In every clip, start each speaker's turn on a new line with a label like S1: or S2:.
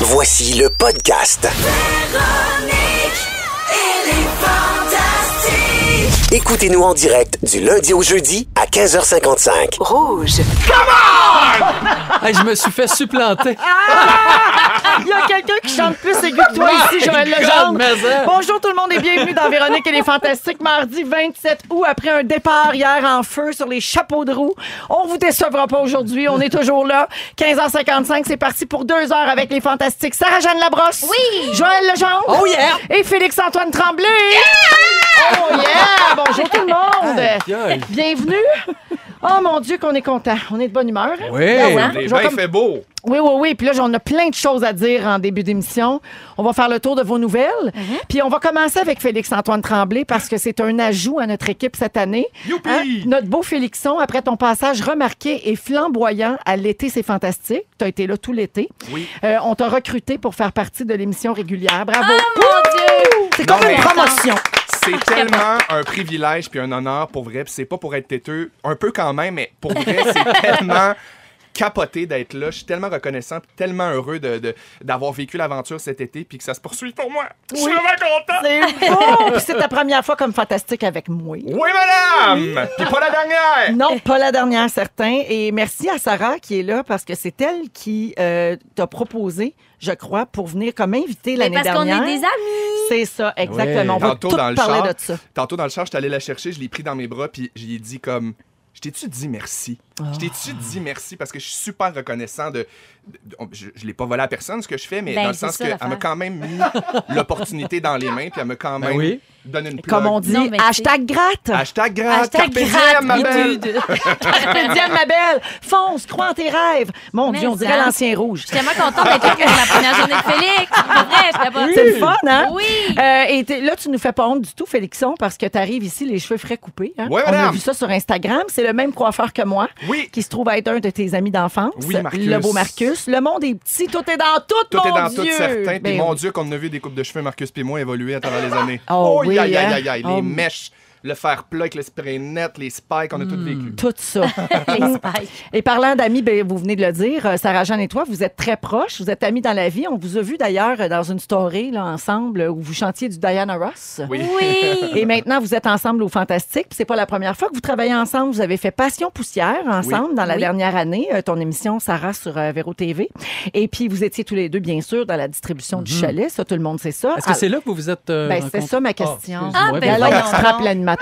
S1: Voici le podcast. Écoutez-nous en direct du lundi au jeudi à 15h55.
S2: Rouge.
S3: Hey, je me suis fait supplanter.
S4: Il y a quelqu'un qui chante plus aigu que toi ici, Joël
S3: God,
S4: Legendre.
S3: mais ça.
S4: Bonjour tout le monde et bienvenue dans Véronique et les Fantastiques. Mardi 27 août, après un départ hier en feu sur les chapeaux de roue. On vous décevra pas aujourd'hui. On est toujours là. 15h55, c'est parti pour deux heures avec les Fantastiques. Sarah-Jeanne Labrosse. Oui. Joël Legendre.
S3: Oh yeah.
S4: Et Félix-Antoine Tremblay. Oh yeah. Bonjour tout le monde.
S3: Gueule.
S4: Bienvenue. Oh mon Dieu, qu'on est content. On est de bonne humeur. Ben hein?
S3: Oui.
S5: Les
S4: Je vais
S5: vins, il
S4: comme-
S5: fait beau.
S4: Oui, oui, oui. Puis là, on a plein de choses à dire en début d'émission. On va faire le tour de vos nouvelles.
S5: Mhm.
S4: Puis on va commencer avec Félix-Antoine Tremblay parce que c'est un ajout à notre équipe cette année. Hein?
S5: Youpi!
S4: Notre beau Félixon, après ton passage remarqué et flamboyant à l'été, c'est fantastique. Tu as été là tout l'été.
S5: Oui.
S4: Euh, on t'a recruté pour faire partie de l'émission régulière. Bravo. C'est
S5: Ah, Non,
S4: comme une
S5: mais-
S4: promotion.
S5: C'est
S4: Ah,
S5: tellement un privilège puis un honneur pour vrai. Puis c'est pas pour être têteux, un peu quand même, mais pour vrai, c'est tellement capoté d'être là. Je suis tellement reconnaissant, puis tellement heureux de, de- d'avoir vécu l'aventure cet été puis que ça se poursuit pour moi. Je suis
S4: Oui.
S5: vraiment content.
S4: C'est beau. Puis c'est ta première fois comme fantastique avec moi.
S5: Oui, madame! Puis pas la dernière!
S4: Non, pas la dernière, certain. Et merci à Sarah qui est là parce que c'est elle qui euh, t'a proposé, je crois, pour venir comme invitée
S6: Mais
S4: l'année
S6: parce qu'on
S4: dernière.
S6: est des amis.
S4: C'est ça, exactement.
S3: Oui.
S4: On va
S5: Ah Tantôt
S4: tout
S5: dans le
S4: parler
S5: char.
S4: de ça.
S5: Tantôt dans le char, je suis allé la chercher, je l'ai pris dans mes bras puis j'y ai dit comme. Je t'ai-tu dit merci?
S4: Ah.
S5: Je t'ai-tu dit merci? Parce que je suis super reconnaissant de. de- on- je ne l'ai pas volé à personne ce que je fais, mais
S6: Ben,
S5: dans le
S6: c'est
S5: sens
S6: ça,
S5: qu'elle
S6: l'affaire.
S5: m'a quand même mis l'opportunité dans les mains, puis elle m'a quand
S3: Ben
S5: même
S3: oui.
S5: donné une plug.
S4: Comme on dit,
S6: Non, mais
S4: hashtag gratte.
S5: Hashtag gratte,
S6: Hashtag
S5: carpe diem,
S6: gratte,
S5: ma belle.
S6: YouTube.
S4: Carpe diem, ma belle. Fonce, crois en tes rêves. Mon
S6: Mais
S4: Dieu, on dirait
S6: ça.
S4: l'ancien rouge.
S6: Je suis tellement contente d'être là pour la première journée de Félix. Pour vrai, je capote.
S4: C'est le fun, hein?
S6: Oui.
S4: Euh, et t'es- là, tu nous fais pas honte du tout, Félixon, parce que tu arrives ici les cheveux frais coupés. hein.
S5: Ouais,
S4: On a
S5: madame.
S4: vu ça sur Instagram. C'est le même coiffeur que moi.
S5: Oui.
S4: qui se trouve être un de tes amis d'enfance.
S5: Oui, Marcus.
S4: Le beau Marcus. Le monde est petit, tout est dans tout,
S5: Tout
S4: mon
S5: est dans
S4: Dieu.
S5: tout certain. Puis
S4: Ben
S5: mon
S4: oui.
S5: Dieu, qu'on a vu des coupes de cheveux, Marcus puis moi, évoluer à travers les années.
S4: Oh oui,
S5: aïe,
S4: hein?
S5: aïe, aïe, aïe, les
S4: Oh.
S5: mèches, le fer plat avec le spray net, les spikes, on a
S4: Hmm.
S5: tout vécu.
S4: Tout ça. et parlant d'amis, ben, vous venez de le dire, euh, Sarah-Jeanne et toi, vous êtes très proches, vous êtes amis dans la vie. On vous a vu d'ailleurs euh, dans une story là, ensemble euh, où vous chantiez du Diana Ross.
S5: Oui.
S6: Oui.
S4: Et maintenant, vous êtes ensemble au Fantastique. Puis C'est pas la première fois que vous travaillez ensemble. Vous avez fait Passion Poussière ensemble dans la
S6: Oui.
S4: dernière année, euh, ton émission Sarah sur euh, Véro TV. Et puis, vous étiez tous les deux, bien sûr, dans la distribution du chalet. Ça, tout le monde sait ça. Ah,
S3: Est-ce que c'est là que vous vous êtes. euh,
S4: Ben, c'est
S3: rencontrés?
S4: ça, ma question.
S3: Ah,
S6: Ah,
S3: excuse-moi,
S6: ben
S4: Alors,
S3: pardon.
S6: voyons.
S4: il frappe l'animateur.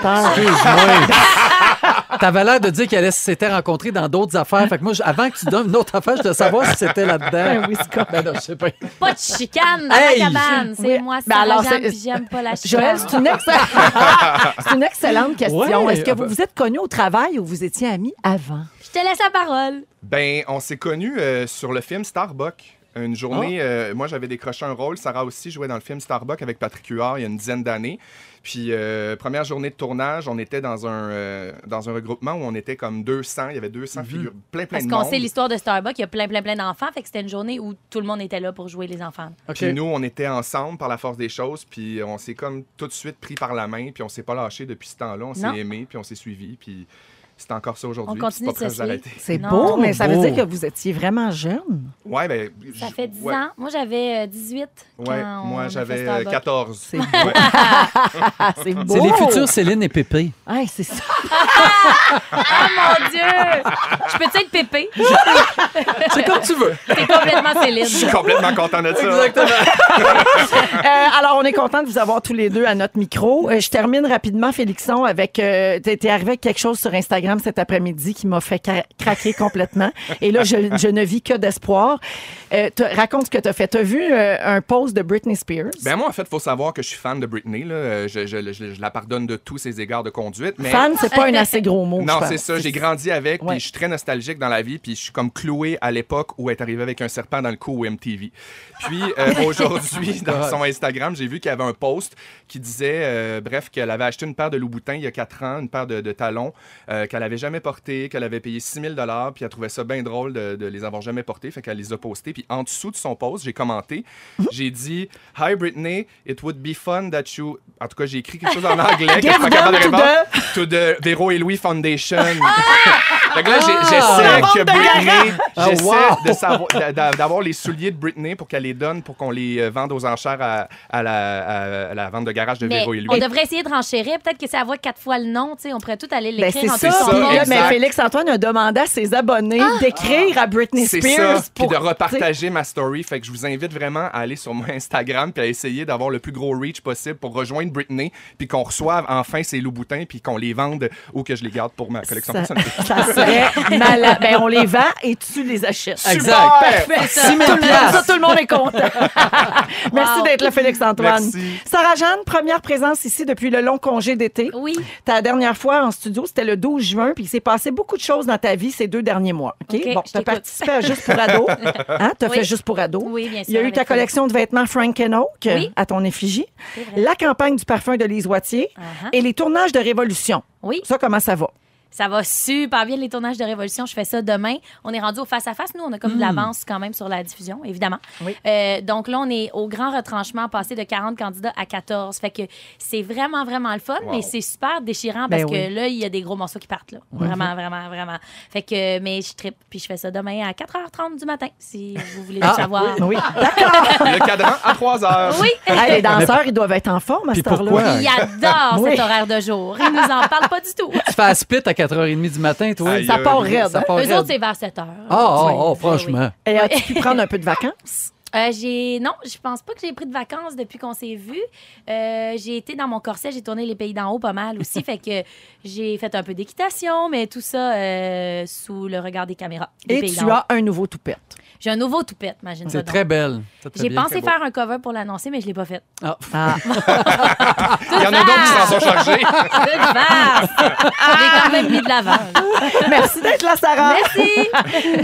S3: Excuse-moi. T'avais l'air de dire qu'elle s'était rencontrée dans d'autres affaires. Fait que moi, je- avant que tu donnes une autre affaire, je dois savoir si c'était là-dedans. Ben non, je sais pas.
S6: Pas de chicane dans
S3: Hey.
S6: la cabane. C'est
S4: Oui.
S6: moi,
S4: Ben alors,
S6: Sarah Jeanne,
S4: c'est-
S6: puis j'aime pas la chicane.
S4: Joël, c'est une, excellente... c'est une excellente question.
S3: Ouais,
S4: Est-ce que
S3: ah
S4: vous
S3: ben-
S4: vous êtes connus au travail ou vous étiez amis avant?
S6: Je te laisse la parole.
S5: Ben, on s'est connus euh, sur le film Starbuck. Une journée, euh, moi j'avais décroché un rôle, Sarah aussi jouait dans le film Starbuck avec Patrick Huard il y a une dizaine d'années. Puis euh, première journée de tournage, on était dans un, euh, dans un regroupement où on était comme 200, il y avait 200 figures, plein plein
S6: Parce
S5: de
S6: qu'on
S5: monde.
S6: sait l'histoire de Starbucks, il y a plein, plein, plein d'enfants. Fait que c'était une journée où tout le monde était là pour jouer les enfants.
S3: OK.
S5: Puis nous, on était ensemble par la force des choses, puis on s'est comme tout de suite pris par la main, puis on s'est pas lâché depuis ce temps-là, on
S6: Non.
S5: s'est aimé, puis on s'est suivi, puis c'est encore ça
S6: On
S5: aujourd'hui. puis
S6: continue de
S5: c'est pas
S6: se
S5: proche d'arrêter.
S6: suivre.
S4: C'est
S6: Non.
S4: beau, mais ça veut
S3: Beau.
S4: dire que vous étiez vraiment jeune.
S5: Ouais, ben
S6: Ça
S5: j-
S6: fait 10
S5: ouais.
S6: ans. Moi, j'avais euh, 18 quand
S5: Ouais,
S6: on a
S5: moi
S6: fait
S5: j'avais euh,
S6: Starbucks.
S5: 14.
S4: C'est
S5: Ouais.
S4: Ah, c'est beau.
S3: C'est les futurs Céline et Pépé.
S4: Ouais, c'est ça.
S6: Ah, mon Dieu! Je peux-tu être pépé?
S3: C'est comme tu veux.
S6: T'es complètement
S5: Je
S6: Céline.
S5: suis complètement content de ça.
S4: Euh, alors, on est content de vous avoir tous les deux à notre micro. Euh, je termine rapidement, Félixon, avec. Euh, T'es t'es arrivé avec quelque chose sur Instagram cet après-midi qui m'a fait ca- craquer complètement. Et là, je, je ne vis que d'espoir. Euh, te- raconte ce que t'as fait. T'as vu euh, un post de Britney Spears?
S5: Ben moi, en fait, faut savoir que je suis fan de Britney. Là. Euh, Je, je- je- je la pardonne de tous ses égards de conduite. Mais...
S4: Fan, c'est pas un assez gros mot. je
S5: Non,
S4: pense.
S5: c'est ça. J'ai grandi avec,
S4: Ouais.
S5: puis je suis très nostalgique dans la vie, puis je suis comme cloué à l'époque où elle est arrivée avec un serpent dans le cou au MTV. Puis euh, aujourd'hui, dans son Instagram, j'ai vu qu'il y avait un post qui disait, euh, bref, qu'elle avait acheté une paire de Louboutin il y a quatre ans, une paire de, de talons euh, qu'elle avait jamais porté, qu'elle avait payé 6000 dollars, puis elle trouvait ça bien drôle de, de les avoir jamais portés, fait qu'elle les a postés. Puis en dessous de son post, j'ai commenté, j'ai dit, Hi Britney, it would be fun that you. En tout cas, j'ai écrit quelque chose en anglais. que je suis pas
S4: Give
S5: capable
S4: them
S5: de
S4: to
S5: répondre. To the Véro et Louis Foundation. Fait que là, j'ai-
S4: La
S5: j'essaie
S4: vente
S5: que
S4: de
S5: Britney,
S3: Ah,
S5: j'essaie
S3: wow!
S5: de savo- d'a- d'a- d'avoir les souliers de Britney pour qu'elle les donne, pour qu'on les euh, vende aux enchères à, à la, à- à la vente de garage de
S6: Mais
S5: Véro et lui.
S6: on devrait essayer de renchérir. Peut-être que ça avoir quatre fois le nom, tu sais. On pourrait tout aller
S4: Ben,
S6: l'écrire
S4: c'est
S6: en
S4: ça.
S5: ça,
S4: Puis là,
S5: exact.
S4: mais Félix-Antoine a demandé à ses abonnés d'écrire à Britney
S5: C'est
S4: Spears.
S5: ça, puis de
S4: pour-
S5: repartager ma story. Fait que je vous invite vraiment à aller sur mon Instagram puis à essayer d'avoir le plus gros reach possible pour rejoindre Britney puis qu'on reçoive enfin ces loups-boutins puis qu'on les vende ou que je les garde pour ma collection
S4: ça,
S5: personnelle.
S4: ça serait malade. Ben, on les vend et tu les achètes.
S3: Exact.
S5: Super!
S3: 6 000
S4: Tout le monde, ça, tout le monde est content. Merci
S6: Wow.
S4: d'être là, Félix-Antoine.
S5: Merci.
S4: Sarah-Jeanne, première présence ici depuis le long congé d'été.
S6: Oui.
S4: Ta dernière fois en studio, c'était le 12 juin, puis il s'est passé beaucoup de choses dans ta vie ces deux derniers mois. OK?
S6: OK,
S4: bon,
S6: je
S4: tu as
S6: t'écoute.
S4: participé à Juste pour Ado. Hein? Tu as
S6: Oui.
S4: fait Juste pour Ado.
S6: Oui, bien sûr,
S4: Il y a eu
S6: avec
S4: ta collection de vêtements Frank and Oak
S6: Oui.
S4: à ton effigie,
S6: C'est vrai.
S4: la campagne du parfum de Lise Wattier
S6: Uh-huh.
S4: et les tournages de Révolution.
S6: Oui.
S4: Ça, comment ça va?
S6: Ça va super bien, les tournages de Révolution. Je fais ça demain. On est rendu au face-à-face. Nous, on a comme de l'avance quand même sur la diffusion, évidemment.
S4: Hmm. Oui.
S6: Euh, donc là, on est au grand retranchement, passé de 40 candidats à 14. Fait que c'est vraiment, vraiment le fun,
S5: Wow.
S6: mais c'est super déchirant
S4: Ben
S6: parce que
S4: oui. Mhm.
S6: là, il y a des gros morceaux qui partent. Là. Vraiment, vraiment, vraiment. Fait que, mais je trippe, puis je fais ça demain à 4h30 du matin, si vous voulez le
S3: Ah,
S6: savoir.
S4: Oui.
S5: Le cadran à 3 heures.
S6: Oui.
S4: Hey, les danseurs, ils doivent être en forme à
S3: Puis
S4: cette heure-là.
S3: pourquoi?
S6: Ils adorent
S4: Oui.
S6: cet horaire de jour. Ils nous en parlent pas du tout.
S3: Tu fais à split à 4h30 du matin, toi.
S5: Aïe,
S4: Ça
S5: aïe.
S4: part raide.
S3: Ça part
S6: Eux autres,
S3: raide.
S6: c'est vers 7 heures.
S3: Ah, oh,
S6: Oui,
S3: oh,
S6: oui, oui.
S3: franchement.
S4: Et as-tu pu prendre un peu de vacances?
S6: Euh, j'ai non, je pense pas que j'ai pris de vacances depuis qu'on s'est vu. j'ai été dans mon corset, j'ai tourné les pays d'en haut pas mal aussi, fait que j'ai fait un peu d'équitation, mais tout ça euh, sous le regard des caméras. des
S4: Et
S6: Pays
S4: tu
S6: d'en haut.
S4: as un nouveau toupette.
S6: J'ai un nouveau toupette, imagine ça.
S3: C'est
S6: donc.
S3: très belle. C'est très
S6: J'ai
S3: bien.
S6: pensé faire un cover pour l'annoncer, mais je l'ai pas fait.
S3: Ah,
S4: Ah.
S5: Il y en a d'autres qui s'en sont chargés.
S6: Good farce! J'ai quand même mis de l'avant.
S4: Merci d'être là, Sarah.
S6: Merci.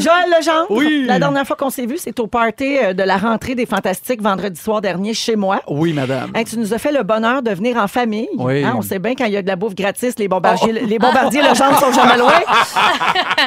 S4: Joël Legendre,
S3: Oui.
S4: la dernière fois qu'on s'est vu, c'est au party euh, de la rentrée des Fantastiques vendredi soir dernier chez moi.
S3: Oui, madame.
S4: Hey, tu nous as fait le bonheur de venir en famille.
S3: Oui.
S4: Hein, on sait bien quand il y a de la bouffe gratis, les bombardiers,
S6: Oh,
S4: les bombardiers Legendre sont jamais loin.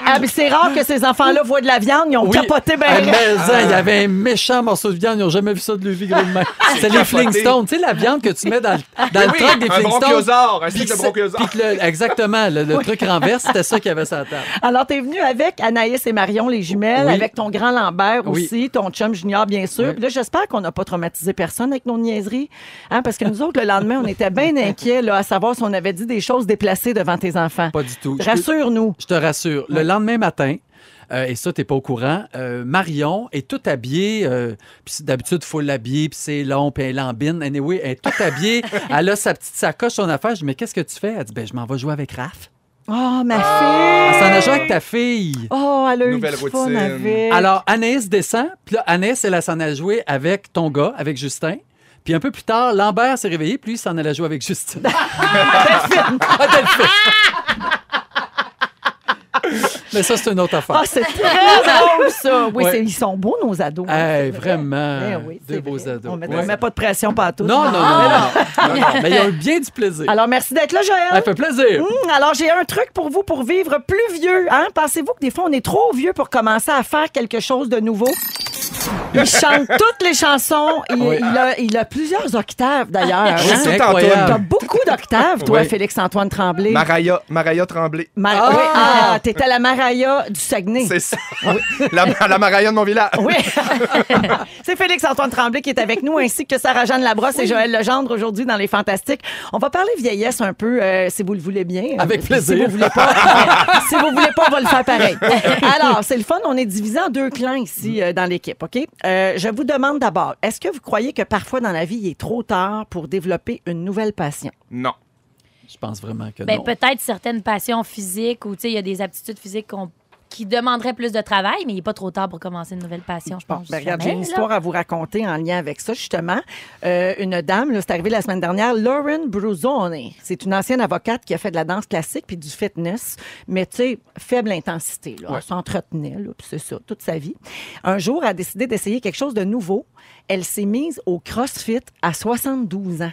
S4: Ah, mais c'est rare que ces enfants-là voient de la viande, ils ont
S3: Oui.
S4: capoté bien.
S3: Ah, mais, hein, il y avait un méchant morceau de viande. Ils n'ont jamais vu ça de leur vie, gros de même. C'est les
S5: capoté.
S3: Flintstones. Tu sais, la viande que tu mets dans le, dans le
S5: Oui,
S3: truc des
S5: un
S3: Flintstones.
S5: bronchiosaure, un
S3: Puis
S5: stick de
S3: que-
S5: bronchiosaure.
S3: puis que le- exactement, le, le truc renverse, c'était ça qu'il y avait sur la table.
S4: Alors, t'es venu avec Anaïs et Marion, les jumelles,
S3: Oui.
S4: avec ton grand Lambert
S3: Oui.
S4: aussi, ton chum junior, bien sûr.
S3: Oui.
S4: Puis là, j'espère qu'on n'a pas traumatisé personne avec nos niaiseries. Hein, parce que nous autres, le lendemain, on était bien inquiets là, à savoir si on avait dit des choses déplacées devant tes enfants.
S3: Pas du tout. Je peux-
S4: Rassure-nous.
S3: Je te rassure. Le lendemain matin, euh, et ça, t'es pas au courant, euh, Marion est tout habillée. euh, puis c'est- d'habitude, faut l'habiller, puis c'est long, puis elle lambine. Anyway, elle est tout habillée. elle a sa petite sacoche, son affaire. Je dis, mais qu'est-ce que tu fais? Elle dit, ben, je m'en vais jouer avec Raph. Ah,
S4: Oh, ma
S3: Elle s'en a
S4: fille!
S3: joué avec ta fille.
S4: Oh, elle a eu
S5: Nouvelle
S4: du fun
S5: routine.
S4: avec.
S3: Alors, Anaïs descend, puis là, Anaïs, elle, elle s'en a joué avec ton gars, avec Justin. Puis un peu plus tard, Lambert s'est réveillé, puis lui, il s'en allait jouer avec Justin. Ah, Delphine! Mais ça, c'est une autre
S4: Ah,
S3: affaire.
S4: c'est très drôle, ça. Oui,
S3: Ouais.
S4: c'est- ils sont beaux, nos ados. hein,
S3: Hey,
S4: C'est vrai.
S3: vraiment.
S4: Eh oui, c'est
S3: deux beaux
S4: vrai.
S3: ados.
S4: On met, on
S3: Ouais.
S4: met pas de pression, pas à tout.
S3: Non, non, non, non, non, non, Mais ils ont eu bien du plaisir.
S4: Ah, Alors, merci d'être là, Joël.
S3: Ça fait plaisir.
S4: Hum, alors, j'ai un truc pour vous pour vivre plus vieux. Hein? Pensez-vous que des fois, on est trop vieux pour commencer à faire quelque chose de nouveau? Il chante toutes les chansons. Il,
S3: Oui.
S4: il a, il a plusieurs octaves, d'ailleurs.
S3: Oui,
S4: hein?
S3: c'est
S5: Tout en
S4: T'as
S3: incroyable.
S4: beaucoup d'octaves, toi,
S3: Oui.
S4: Félix-Antoine Tremblay.
S5: Maraya, Maraya Tremblay.
S4: Mar-
S3: Ah!
S4: oui, ah, t'étais la Maraya du Saguenay.
S5: C'est ça. La, la Maraya de mon village.
S4: Oui. C'est Félix-Antoine Tremblay qui est avec nous, ainsi que Sarah-Jeanne Labrosse et Joël Legendre aujourd'hui dans Les Fantastiques. On va parler vieillesse un peu, euh, si vous le voulez bien.
S3: Avec
S4: Euh,
S3: plaisir.
S4: Si vous voulez pas, si vous voulez pas, on va le faire pareil. Alors, c'est le fun. On est divisé en deux clans ici euh, dans l'équipe, OK? Euh, je vous demande d'abord, est-ce que vous croyez que parfois dans la vie, il est trop tard pour développer une nouvelle passion?
S5: Non.
S3: Je pense vraiment que
S6: Ben,
S3: non.
S6: peut-être certaines passions physiques ou tu sais, il y a des aptitudes physiques qu'on- qui demanderaient plus de travail, mais il n'est pas trop tard pour commencer une nouvelle passion, je
S4: Bon,
S6: pense.
S4: ben, regarde,
S6: Jamais,
S4: j'ai une
S6: là.
S4: histoire à vous raconter en lien avec ça, justement. Euh, une dame, là, c'est arrivé la semaine dernière, Lauren Bruzone. C'est une ancienne avocate qui a fait de la danse classique puis du fitness, mais tu sais, faible intensité. Là. Elle s'entretenait, là, puis c'est ça, toute sa vie. Un jour, elle a décidé d'essayer quelque chose de nouveau. Elle s'est mise au CrossFit à 72 ans.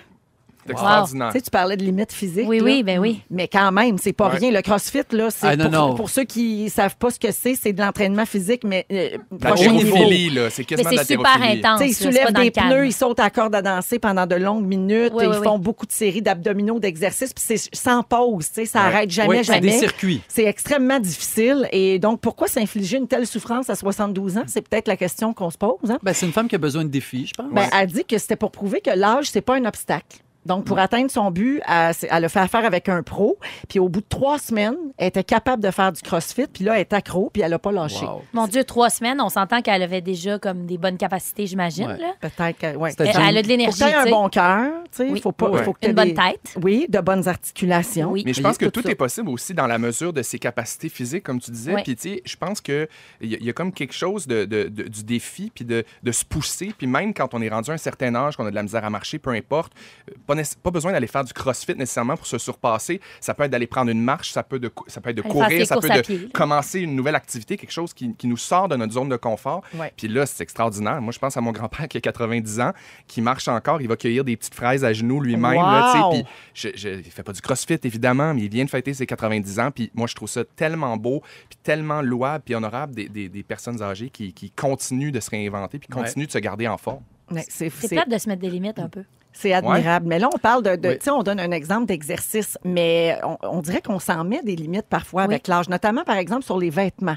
S5: C'est extraordinaire.
S4: Tu sais, tu parlais de limites physiques.
S6: Oui,
S4: là.
S6: oui, ben oui.
S4: Mais quand même, c'est pas
S5: Ouais.
S4: rien. Le CrossFit, là, c'est
S3: Ah, non,
S4: pour,
S3: non.
S4: pour ceux qui savent pas ce que c'est, c'est de l'entraînement physique, mais euh,
S5: La
S4: prochain niveau.
S5: térophilie, là, c'est
S6: Mais
S5: quasiment de la
S6: c'est super
S5: térophilie.
S4: Tu
S6: intense.
S4: sais,
S6: là,
S4: ils
S6: c'est pas
S4: soulèvent
S6: dans
S4: des
S6: le calme.
S4: pneus, ils sautent à corde à danser pendant de longues minutes,
S6: Oui,
S4: et
S6: oui,
S4: ils
S6: oui.
S4: font beaucoup de séries d'abdominaux, d'exercices, puis c'est sans pause, tu sais, ça
S5: Ouais.
S4: arrête jamais,
S3: Oui, c'est des
S4: jamais.
S3: circuits.
S4: C'est extrêmement difficile. Et donc, pourquoi s'infliger une telle souffrance à 72 ans? C'est peut-être la question qu'on se pose. Hein?
S3: Ben, c'est une femme qui a besoin de défis, je pense.
S4: Ben, Elle dit que c'était pour prouver que l'âge, c'est pas un obstacle. Donc,
S3: Mm.
S4: pour atteindre son but, elle, c'est- elle a fait affaire avec un pro. Puis, au bout de trois semaines, elle était capable de faire du crossfit. Puis là, elle est accro, puis elle n'a pas lâché.
S3: Wow.
S6: Mon Dieu, trois semaines, on s'entend qu'elle avait déjà comme des bonnes capacités, j'imagine.
S3: Ouais.
S6: là.
S4: Peut-être que, ouais.
S3: C'était-
S6: Elle, elle a de
S4: Faut que
S6: l'énergie.
S4: t'aies un
S6: tu sais.
S4: bon cœur, tu sais.
S6: Oui.
S4: Faut pas,
S5: Ouais.
S4: faut que t'aies
S6: Une bonne
S4: des-
S6: tête.
S4: Oui, de bonnes articulations.
S6: Oui.
S5: Mais je
S3: Mais
S5: pense que
S4: tout
S5: tout
S4: ça.
S5: est possible aussi dans la mesure de ses capacités physiques, comme tu disais.
S6: Ouais.
S5: Puis, tu sais, je pense qu'il y, a- il y a comme quelque chose de, de- de- du défi, puis de, de se pousser. Puis même quand on est rendu à un certain âge, qu'on a de la misère à marcher, peu importe, euh, pas, nécess- pas besoin d'aller faire du crossfit nécessairement pour se surpasser. Ça peut être d'aller prendre une marche, ça peut, de, cou- ça peut être de
S6: Aller
S5: courir,
S6: faire ses
S5: ça
S6: courses
S5: peut
S6: à
S5: de
S6: pied, là.
S5: commencer une nouvelle activité, quelque chose qui, qui nous sort de notre zone de confort.
S4: Ouais.
S5: Puis là, c'est extraordinaire. Moi, je pense à mon grand-père qui a 90 ans, qui marche encore, il va cueillir des petites fraises à genoux lui-même. là, tu sais,
S4: Wow!
S5: puis je, je, il fait pas du crossfit, évidemment, mais il vient de fêter ses 90 ans. Puis moi, je trouve ça tellement beau, puis tellement louable, puis honorable des, des- des personnes âgées qui, qui continuent de se réinventer, puis
S3: Ouais.
S5: continuent de se garder en forme.
S4: Ouais, c'est-
S6: C'est
S4: c'est-
S6: plate de se mettre des limites un peu.
S4: C'est admirable. Mais là, on parle de. de-
S3: Oui.
S4: Tu sais, on donne un exemple d'exercice, mais on, on dirait qu'on s'en met des limites parfois
S6: Oui.
S4: avec l'âge, notamment, par exemple, sur les vêtements.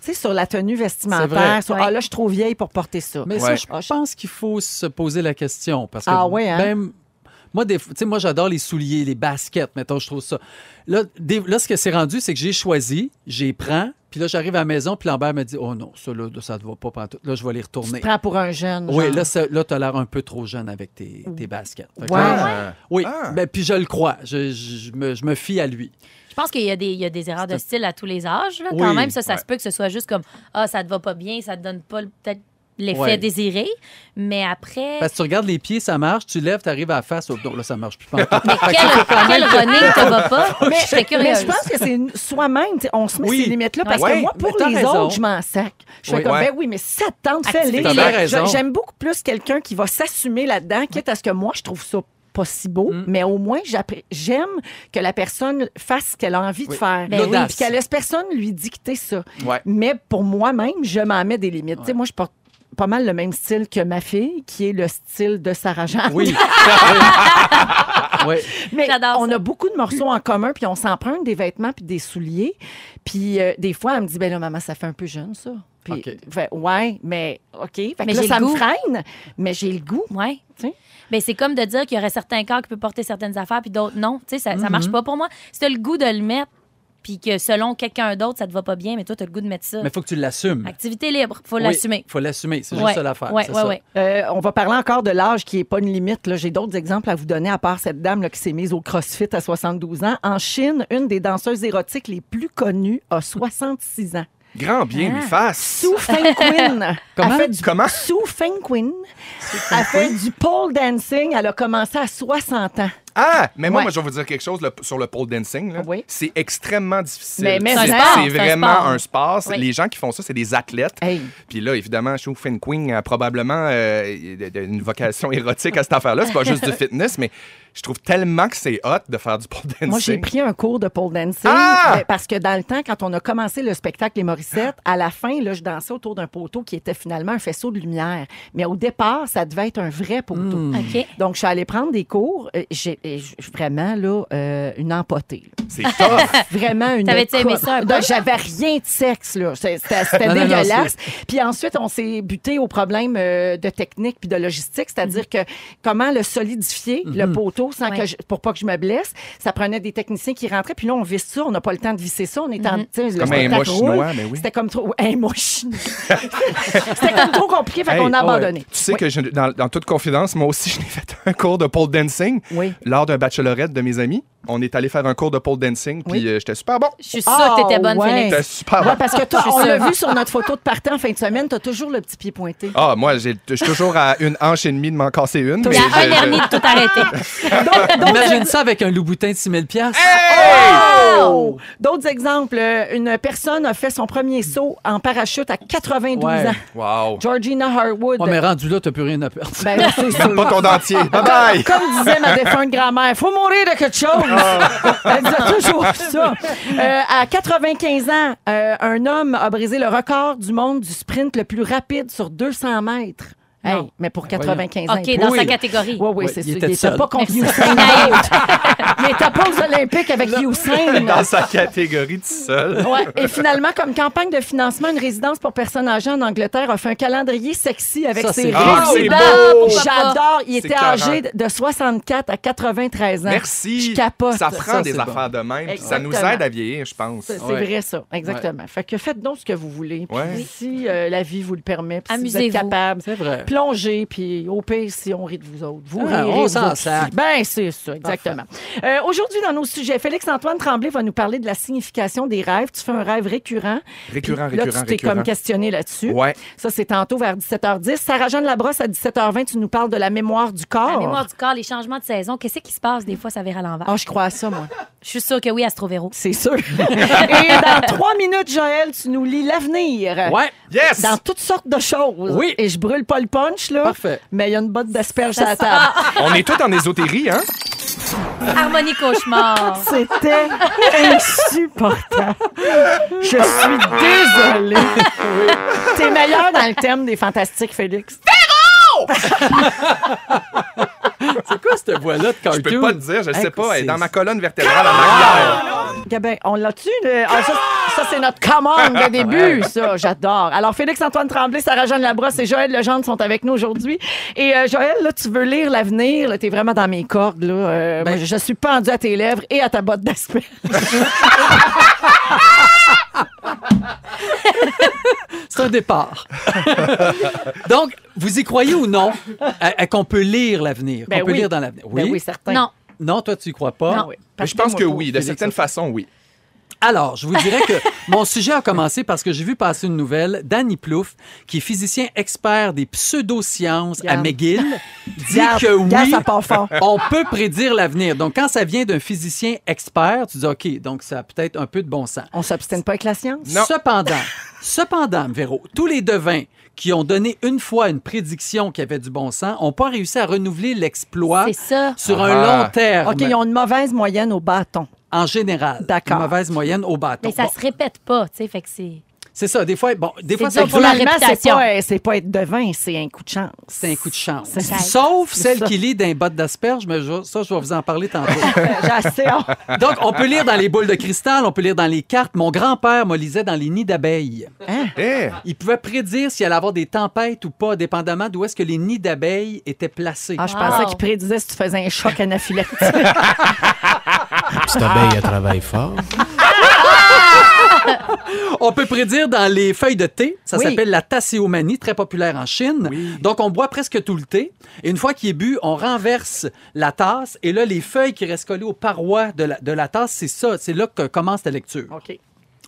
S4: Tu sais, sur la tenue
S3: C'est vrai.
S4: vestimentaire. Sur,
S6: Ouais.
S4: Ah, là, je suis trop vieille pour porter ça.
S3: Mais
S5: Ouais.
S3: ça, je pense qu'il faut se poser la question. Parce que
S4: Ah ouais, hein?
S3: même- moi, des, tu sais, moi, j'adore les souliers, les baskets, mettons, je trouve ça. Là, des- là ce que c'est rendu, c'est que j'ai choisi, j'ai prends, puis là, j'arrive à la maison, puis Lambert me dit Oh non, ça, là, ça ne va pas pantoute. Là, je vais les
S4: Tu te
S3: retourner.
S4: prends pour un jeune.
S3: Oui,
S4: genre.
S3: là, ça- là tu as l'air un peu trop jeune avec tes, tes baskets. Fait que
S4: Ouais.
S3: là,
S5: Ah.
S3: oui,
S5: Ah.
S3: ben, puis je le crois. Je, je- je me, je me fie à lui.
S6: Je pense qu'il y, a des- il y a des erreurs de style à tous les âges. là.
S3: Oui.
S6: Quand même, ça, ça
S5: Ouais.
S6: se peut que ce soit juste comme Ah, ça te va pas bien, ça te donne pas le- peut-être l'effet
S3: Ouais.
S6: désiré. Mais après.
S3: Parce que tu regardes les pieds, ça marche, tu lèves, tu arrives à la face. Oh, non, là, ça marche plus. pantoute.
S6: Mais quel, quel running te va pas?
S4: Mais,
S6: je serais
S4: mais
S6: curieuse.
S4: je pense que c'est une- soi-même, tu sais, on se met
S3: Oui.
S4: ces limites-là parce
S5: Ouais.
S4: que moi,
S3: Mais
S4: pour
S3: t'as
S4: les
S3: raison.
S4: autres, je m'en sac. Je fais
S3: Oui.
S4: comme,
S5: Ouais.
S4: ben oui, mais si ça te tente, fais-les.
S6: T'as bien
S3: raison.
S4: Je- J'aime beaucoup plus quelqu'un qui va s'assumer là-dedans, quitte à ce que moi, je trouve ça pas si beau, mais au moins, j'appré- j'aime que la personne fasse ce qu'elle a envie de faire.
S6: Ben oui.
S4: Puis
S3: L'audace.
S4: qu'elle laisse personne lui dicter ça.
S5: Ouais.
S4: Mais pour moi-même, je m'en mets des limites. Tu sais, moi, je porte pas mal le même style que ma fille, qui est le style de Sarah Jeanne.
S3: Oui. oui.
S4: Mais
S6: J'adore
S4: on
S6: ça.
S4: a beaucoup de morceaux en commun, puis on s'emprunte des vêtements puis des souliers. Puis euh, des fois, elle me dit, ben là, maman, ça fait un peu jeune, ça. Puis,
S3: OK.
S4: fait, ouais, mais OK. Fait que
S6: Mais
S4: là,
S6: j'ai
S4: ça
S6: le
S4: me
S6: goût.
S4: freine, mais j'ai le goût.
S6: Ouais.
S4: Tu sais.
S6: Mais c'est comme de dire qu'il y aurait certains corps qui peuvent porter certaines affaires puis d'autres non. Tu sais, ça,
S3: Mm-hmm.
S6: ça marche pas pour moi. Si t'as le goût de le mettre puis que selon quelqu'un d'autre, ça te va pas bien, mais toi, t'as le goût de mettre ça.
S3: Mais il faut que tu l'assumes.
S6: Activité libre, faut
S3: Oui,
S6: l'assumer.
S3: faut l'assumer. C'est juste
S6: Ouais.
S3: ça l'affaire.
S6: Ouais,
S3: c'est
S6: ouais,
S3: ça.
S6: ouais.
S4: Euh, on va parler encore de l'âge qui n'est pas une limite. là. J'ai d'autres exemples à vous donner, à part cette dame là, qui s'est mise au CrossFit à 72 ans. En Chine, une des danseuses érotiques les plus connues a 66 ans.
S5: Grand bien lui fasse.
S4: Su Feng Quinn.
S3: Comment?
S4: Elle fait du
S5: Comment?
S4: Su Feng Quinn. Elle fait du pole dancing. Elle a commencé à 60 ans.
S5: Ah, mais moi,
S4: Ouais.
S5: moi, je vais vous dire quelque chose le- sur le pole dancing. là.
S4: Oui.
S5: C'est extrêmement difficile.
S4: Mais- mais
S5: c'est,
S4: c'est un
S5: c'est
S6: sport, c'est un
S5: vraiment
S6: sport.
S5: un sport. C'est-
S6: Oui.
S5: Les gens qui font ça, c'est des athlètes.
S4: Hey.
S5: Puis là, évidemment, Shu Fin Queen a probablement euh, de- de- une vocation érotique à cette affaire-là. C'est pas juste du fitness, mais je trouve tellement que c'est hot de faire du pole dancing.
S4: Moi, j'ai pris un cours de pole dancing
S5: Ah!
S4: euh, parce que dans le temps, quand on a commencé le spectacle Les Morissettes, à la fin, là, je dansais autour d'un poteau qui était finalement un faisceau de lumière. Mais au départ, ça devait être un vrai poteau.
S6: OK.
S4: Donc, je suis allée prendre des cours. euh, J'ai et j'- vraiment là, euh, une empotée. là.
S5: C'est tough.
S4: Vraiment une.
S6: T'avais-tu aimé
S4: co-
S6: ça un peu?
S4: Non, J'avais rien de sexe. là. C'est- C'était c'était
S3: Non, non, non,
S4: dégueulasse. puis ensuite, on s'est buté au problème euh, de technique puis de logistique, c'est-à-dire que comment le solidifier,
S5: Mhm.
S4: le poteau, sans
S6: Mhm. Ouais.
S4: que je- pour pas que je me blesse. Ça prenait des techniciens qui rentraient. Puis là, on visse ça. On n'a pas le temps de visser ça. On est
S6: Mhm.
S4: en. tu sais, le
S5: Comme un
S4: spectacle
S5: mois
S4: roule.
S5: chinois, mais oui.
S4: C'était comme trop. Un mois chinois. C'était comme trop compliqué. Fait qu'on a
S5: Hey, oh,
S4: abandonné.
S5: Tu sais que je- dans, dans toute confidence, moi aussi, je n'ai fait un cours de pole dancing
S4: Oui.
S5: lors d'un bachelorette de mes amis. On est allé faire un cours de pole dancing, puis
S4: Oui.
S5: euh, j'étais super bon.
S6: Je suis sûre que t'étais bonne,
S4: Ah, ouais.
S6: Félix.
S5: J'étais super
S4: Ouais,
S5: bon.
S4: parce que toi, on l'a vu sur notre photo de partant en fin de semaine, t'as toujours le petit pied pointé.
S5: Ah, moi, j'ai- je suis toujours à une hanche et demie de m'en casser une.
S6: Il
S5: mais
S6: y a un
S5: je-
S6: dernier
S5: je-
S6: de tout arrêter.
S3: Imagine ça avec un Louboutin de 6 000 piastres.
S5: Hey!
S4: Wow! D'autres exemples, euh, une personne a fait son premier saut en parachute à 92
S3: Ouais. Oh,
S4: ans.
S5: Wow.
S4: Georgina Harwood.
S3: On Ah, mais rendu là, t'as plus rien à perdre.
S4: Ben, c'est sûr.
S5: Pas ton dentier. Bye bye.
S4: Comme disait ma défunte grand-mère, faut mourir de quelque chose.
S3: Ah.
S4: Elle disait toujours ça. Euh, à 95 ans, euh, un homme a brisé le record du monde du sprint le plus rapide sur 200 mètres. Hey,
S6: Non.
S4: mais pour
S3: Ben,
S4: 95 ans.
S6: OK, dans
S3: Oui.
S6: sa catégorie.
S4: Ah, Oui, oui,
S3: Ouais,
S4: c'est
S3: il
S4: sûr.
S3: était
S4: Il était
S3: seul.
S4: pas contre
S6: Merci.
S4: Usain Bolt. Il était pas aux Olympiques avec Usain.
S5: Dans sa catégorie tout seul.
S4: Ouais. Et finalement, comme campagne de financement, une résidence pour personnes âgées en Angleterre a fait un calendrier sexy avec
S3: Ça,
S4: ses
S3: c'est
S5: Ah,
S4: résidents.
S5: c'est
S6: beau!
S4: J'adore. Il
S5: C'est
S4: était
S5: carré.
S4: âgé de 64 à 93 ans.
S5: Merci.
S4: Je capote.
S5: Ça prend
S3: Ça,
S5: des
S3: c'est
S5: affaires de même. puis Ça nous
S4: Exactement.
S5: aide à vieillir, je pense.
S4: C'est c'est
S3: Ouais.
S4: vrai, ça. Exactement. Fait que faites donc ce que vous voulez. Puis
S5: Ouais.
S4: Si euh, la vie vous le permet, puis si vous êtes
S6: Amusez-vous.
S4: capable,
S3: C'est vrai.
S4: plongez, puis au pire, si on rit de vous autres. Vous
S3: Ah,
S4: rirez
S3: on
S4: de
S3: s'en
S4: vous aussi.
S3: sac.
S4: Ben, c'est ça, exactement. Euh, Aujourd'hui, dans nos sujets, Félix-Antoine Tremblay va nous parler de la signification des rêves. Tu fais un rêve récurrent.
S5: Récurrent,
S4: Puis là,
S5: récurrent,
S4: tu t'es
S5: récurrent.
S4: comme questionné là-dessus.
S5: Ouais.
S4: Ça, c'est tantôt vers 17h10. Sarah-Jeanne Labrosse, à 17h20, tu nous parles de la mémoire du corps.
S6: La mémoire du corps, les changements de saison, qu'est-ce qui se passe des fois, ça vire à l'envers?
S4: Ah, je crois à ça, moi.
S6: Je suis sûre que oui, Astrovéro.
S4: C'est sûr. Et dans trois minutes, Joël, tu nous lis l'avenir.
S3: Ouais.
S5: Yes!
S4: Dans toutes sortes de choses.
S3: Oui.
S4: Et je brûle pas le punch, là.
S3: Parfait.
S4: Mais il y a une botte d'asperges à la table.
S5: On est tous en ésotérie, hein?
S6: Harmonie cauchemar.
S4: C'était insupportable. Je suis désolée. T'es meilleur dans le thème des fantastiques, Félix.
S3: C'est quoi cette voix-là de
S5: Je
S3: cartoon?
S5: peux pas te dire, je
S3: Hey,
S5: sais pas. Elle est
S3: c'est-
S5: dans ma colonne vertébrale en arrière.
S4: Gabin, on l'a-tu? le- ah, ça, ça, c'est notre commande de début, ça. J'adore. Alors, Félix-Antoine Tremblay, Sarah-Jeanne Labrosse et Joël Legendre sont avec nous aujourd'hui. Et euh, Joël, là, tu veux lire l'avenir. là, T'es vraiment dans mes cordes, là. Euh,
S3: Ben,
S4: moi, je, je suis pendue à tes lèvres et à ta botte d'aspect.
S3: C'est un départ. Donc, vous y croyez ou non à- à qu'on peut lire l'avenir?
S4: Ben
S3: qu'on peut
S4: oui.
S3: lire dans l'avenir.
S4: Ben oui, certain.
S6: Non.
S3: Non, toi, tu y crois pas.
S4: Ah oui.
S5: Mais je pense
S4: Partez-moi
S5: que
S4: pas.
S5: oui, de
S3: Félix,
S5: certaines façons, oui.
S3: Alors, je vous dirais que mon sujet a commencé parce que j'ai vu passer une nouvelle d'Annie Plouffe, qui est physicien expert des pseudosciences à
S4: Garde.
S3: McGill, dit
S4: Garde,
S3: que
S4: garde,
S3: oui,
S4: ça part fort.
S3: on peut prédire l'avenir. Donc, quand ça vient d'un physicien expert, tu dis OK, donc ça a peut-être un peu de bon sens.
S4: On s'obstine pas avec la science?
S5: Non.
S3: Cependant, cependant, Véro, tous les devins qui ont donné une fois une prédiction qui avait du bon sens n'ont pas réussi à renouveler l'exploit
S6: C'est ça.
S3: sur
S5: Ah.
S3: un long terme,
S4: OK, ils ont une mauvaise moyenne au bâton.
S3: en général.
S4: D'accord.
S3: Une mauvaise moyenne au bâton.
S6: Mais ça
S3: Bon,
S6: se répète pas, tu sais, fait que c'est.
S3: c'est ça, des fois, bon, des fois,
S6: dur
S3: ça
S6: pour la
S4: Finalement, c'est
S6: réputation.
S4: pas, euh, c'est pas être devin, c'est un coup de chance.
S3: c'est un coup de chance.
S6: ça.
S3: Sauf
S4: C'est
S3: celle
S4: ça.
S3: qui lit d'un bot d'asperge, mais je- ça, je vais vous en parler tantôt.
S4: Euh, J'ai assez hâte.
S3: Donc, on peut lire dans les boules de cristal, on peut lire dans les cartes. Mon grand-père me lisait dans les nids d'abeilles.
S5: Eh!
S3: Il pouvait prédire s'il allait avoir des tempêtes ou pas, dépendamment d'où est-ce que les nids d'abeilles étaient placés.
S4: Ah, je pensais
S6: Wow.
S4: qu'il prédisait si tu faisais un choc anaphylactique.
S2: Petite abeille, elle travaille fort.
S3: On peut prédire dans les feuilles de thé, ça
S4: Oui.
S3: s'appelle la tasséomanie, très populaire en Chine. Donc, on boit presque tout le thé. Et une fois qu'il est bu, on renverse la tasse. Et là, les feuilles qui restent collées aux parois de la, de la tasse, c'est ça. C'est là que commence la lecture.
S4: OK.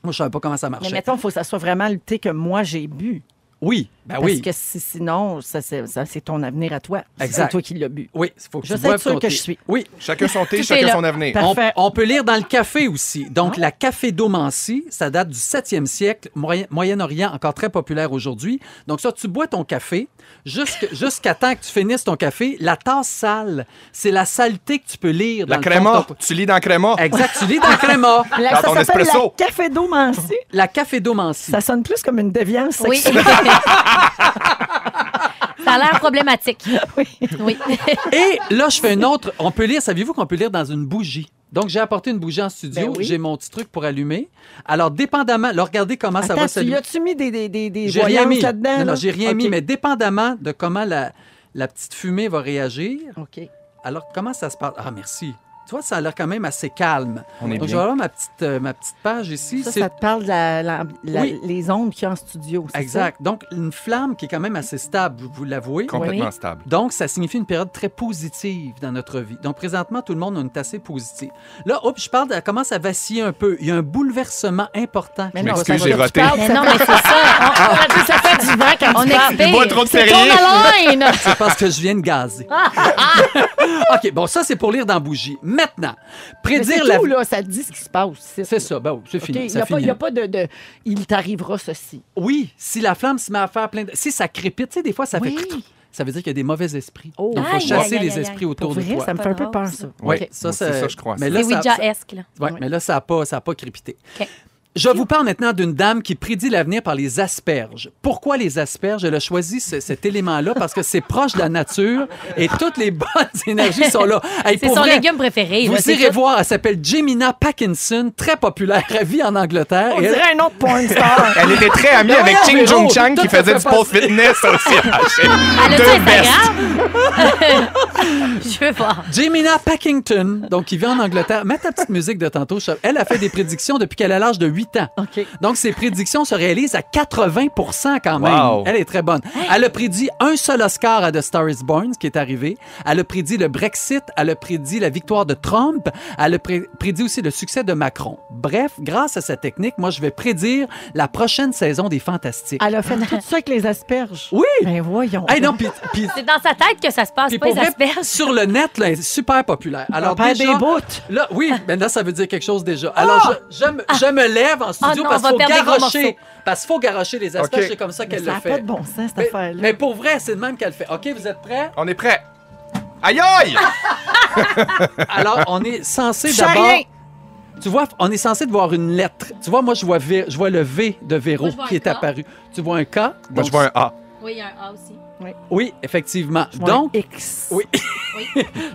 S3: Moi, je savais pas comment ça
S4: Mais
S3: marchait.
S4: mettons, il faut que ça soit vraiment le thé que moi j'ai bu.
S3: Oui, ben
S4: Parce
S3: oui.
S4: que si- sinon, ça, c'est ça, c'est ton avenir à toi. C'est
S3: Exact.
S4: toi qui l'as bu.
S3: Oui, il faut que
S4: Je
S3: tu
S4: sais
S3: boives
S4: sûr
S3: ton
S4: que
S3: thé.
S4: je suis.
S3: Oui.
S5: Chacun son thé,
S6: Tout est
S5: chacun
S6: là.
S5: son avenir.
S4: Parfait.
S3: On, on peut lire dans le café aussi. Donc, la cafédomancie, ça date du 7e siècle, Moyen- Moyen-Orient, encore très populaire aujourd'hui. Donc, ça, tu bois ton café jusqu'- jusqu'à temps que tu finisses ton café. La tasse sale, c'est la saleté que tu peux lire.
S5: La
S3: dans le
S5: créma,
S3: fond de ton-
S5: tu lis dans créma.
S3: Exact, tu lis dans le créma.
S4: Là,
S5: Dans ton
S4: ça s'appelle la
S5: espresso.
S4: café d'omancie.
S3: La cafédomancie.
S4: Ça sonne plus comme une déviance
S6: Oui.
S4: sexuelle.
S6: ça a l'air problématique.
S4: Oui.
S6: Oui.
S3: Et là, je fais une autre. On peut lire, saviez-vous qu'on peut lire dans une bougie? Donc, j'ai apporté une bougie en studio.
S4: Ben oui.
S3: J'ai mon petit truc pour allumer. Alors, dépendamment, là, regardez comment Ah, ça va
S4: Attends, tu
S3: s'allumer.
S4: y as-tu mis des, des, des, des
S3: J'ai rien
S4: voyances
S3: mis.
S4: là-dedans?
S3: Non, non,
S4: là?
S3: j'ai rien
S4: OK.
S3: mis, mais dépendamment de comment la, la petite fumée va réagir,
S4: OK.
S3: alors comment ça se passe? Ah, merci. Tu vois, ça a l'air quand même assez calme.
S5: On est
S3: Donc, je vais
S5: bien.
S3: avoir ma petite, euh, ma petite page ici.
S4: Ça,
S3: C'est-
S4: ça hein? te parle de la- la- la-
S3: Oui.
S4: les ondes qu'il y a en studio. c'est
S3: Exact. Donc, une flamme qui est quand même assez stable, vous, vous l'avouez.
S5: Complètement
S6: Oui.
S5: stable.
S3: Donc, ça signifie une période très positive dans notre vie. Donc, présentement, tout le monde a une tassée positive. Là, hop, je parle, de- elle commence à vaciller un peu. Il y a un bouleversement important.
S4: Mais
S5: Je
S4: non,
S5: m'excuse,
S4: ça,
S5: j'ai
S4: tu
S5: roté.
S4: parles,
S6: Mais
S4: Ah, ça Ah,
S6: non, mais c'est ça.
S4: Ça fait du vent quand
S6: On, on
S4: tu parles.
S6: expire.
S5: boit trop de
S6: C'est ton
S5: Perrier.
S6: haleine.
S3: C'est parce que je viens de gazer. OK, bon, ça, c'est pour lire dans Bougie. Mais Maintenant,
S4: Mais c'est
S3: prédire la.
S4: tout, là, ça te dit ce qui se passe. ici,
S3: C'est
S4: là.
S3: ça, ben oui, c'est
S4: OK,
S3: fini.
S4: Il
S3: ça
S4: n'y a, pas-
S3: finit.
S4: il y a pas de, de- Il t'arrivera ceci.
S3: Oui, si la flamme se met à faire plein de. Si ça crépite, tu sais, des fois, ça
S4: Oui.
S3: fait. Ça veut dire qu'il y a des mauvais esprits.
S4: Oh.
S3: Donc, il faut
S6: Aïe,
S3: chasser
S6: aïe, aïe,
S3: les
S6: aïe.
S3: esprits
S4: Pour
S3: autour de
S4: vrai,
S3: toi.
S4: ça me fait un peu peur, ça.
S5: Oui,
S4: OK.
S5: moi, c'est ça, je crois.
S3: Mais
S5: ça.
S3: là,
S6: C'est
S3: ça-
S6: Ouija-esque, là.
S3: Ouais, mais là, ça n'a pas, ça a pas crépité.
S6: OK.
S3: Je vous parle maintenant d'une dame qui prédit l'avenir par les asperges. Pourquoi les asperges? Elle a choisi ce- cet élément-là parce que c'est proche de la nature et toutes les bonnes énergies sont là. Hey,
S6: C'est
S3: pour
S6: son
S3: vrai,
S6: légume préféré. là,
S3: Vous
S6: c'est
S3: irez
S6: ça.
S3: voir, elle s'appelle Jemina Packinson, très populaire, elle vit en Angleterre.
S4: On
S3: et elle-
S4: dirait un autre porn star.
S5: Elle était très amie
S3: Ben
S5: avec
S3: voyons,
S5: Ching Jung
S3: Véro,
S5: Chang
S3: tout
S5: qui faisait
S3: ça fait
S5: du sport
S3: passer.
S5: fitness aussi. Ah, shit.
S6: Elle
S5: Deux
S6: a-tu
S5: bestes.
S6: Instagram? Je veux voir.
S3: Jemina Packington, donc qui vit en Angleterre. Mets ta petite musique de tantôt. Charles. Elle a fait des prédictions depuis qu'elle a l'âge de 8 ans.
S4: OK.
S3: Donc, ses prédictions se réalisent à 80 quand même.
S5: Wow.
S3: Elle est très bonne. Elle a prédit un seul Oscar à The Star is Born, ce qui est arrivé. Elle a prédit le Brexit. Elle a prédit la victoire de Trump. Elle a pré- prédit aussi le succès de Macron. Bref, grâce à sa technique, moi, je vais prédire la prochaine saison des Fantastiques.
S4: Elle a fait tout ça avec les asperges.
S3: Oui!
S4: Ben voyons.
S3: Hey, non, puis- puis-
S6: C'est dans sa tête que ça se passe,
S3: puis
S6: pas
S3: pour
S6: les
S3: vrai,
S6: asperges.
S3: sur le net, là, elle est super populaire. Alors,
S4: On perd
S3: déjà,
S4: des bouts.
S3: Là, oui,
S6: Ah.
S3: mais là, ça veut dire quelque chose déjà. Alors, je, je me, je me lève en studio
S6: Oh! Ah non,
S3: parce
S6: on va
S3: qu'il faut
S6: perdre des gros
S3: garrocher.
S6: morceaux.
S3: Parce qu'il faut garrocher les asperges,
S5: Ok.
S3: c'est comme ça
S4: Mais
S3: qu'elle
S4: Ça
S3: le
S4: n'a pas
S3: fait.
S4: de bon sens, cette
S3: mais,
S4: affaire-là.
S3: mais pour vrai, c'est de même qu'elle le fait. OK, vous êtes prêts?
S5: On est prêts. Aïe aïe!
S6: Ah!
S3: Alors, on est censé
S4: Touche à
S3: d'abord...
S4: rien.
S3: Tu vois, on est censé de voir une lettre. Tu vois, moi, je vois, V- je vois le V de Véro
S6: Moi, je vois
S3: qui
S6: un
S3: est
S6: K.
S3: apparu. Tu vois un K.
S5: Moi,
S3: donc-
S5: je vois un A.
S6: Oui, il y a un A aussi.
S3: Oui, effectivement.
S4: Je vois un
S3: Donc,
S4: X.
S3: Oui.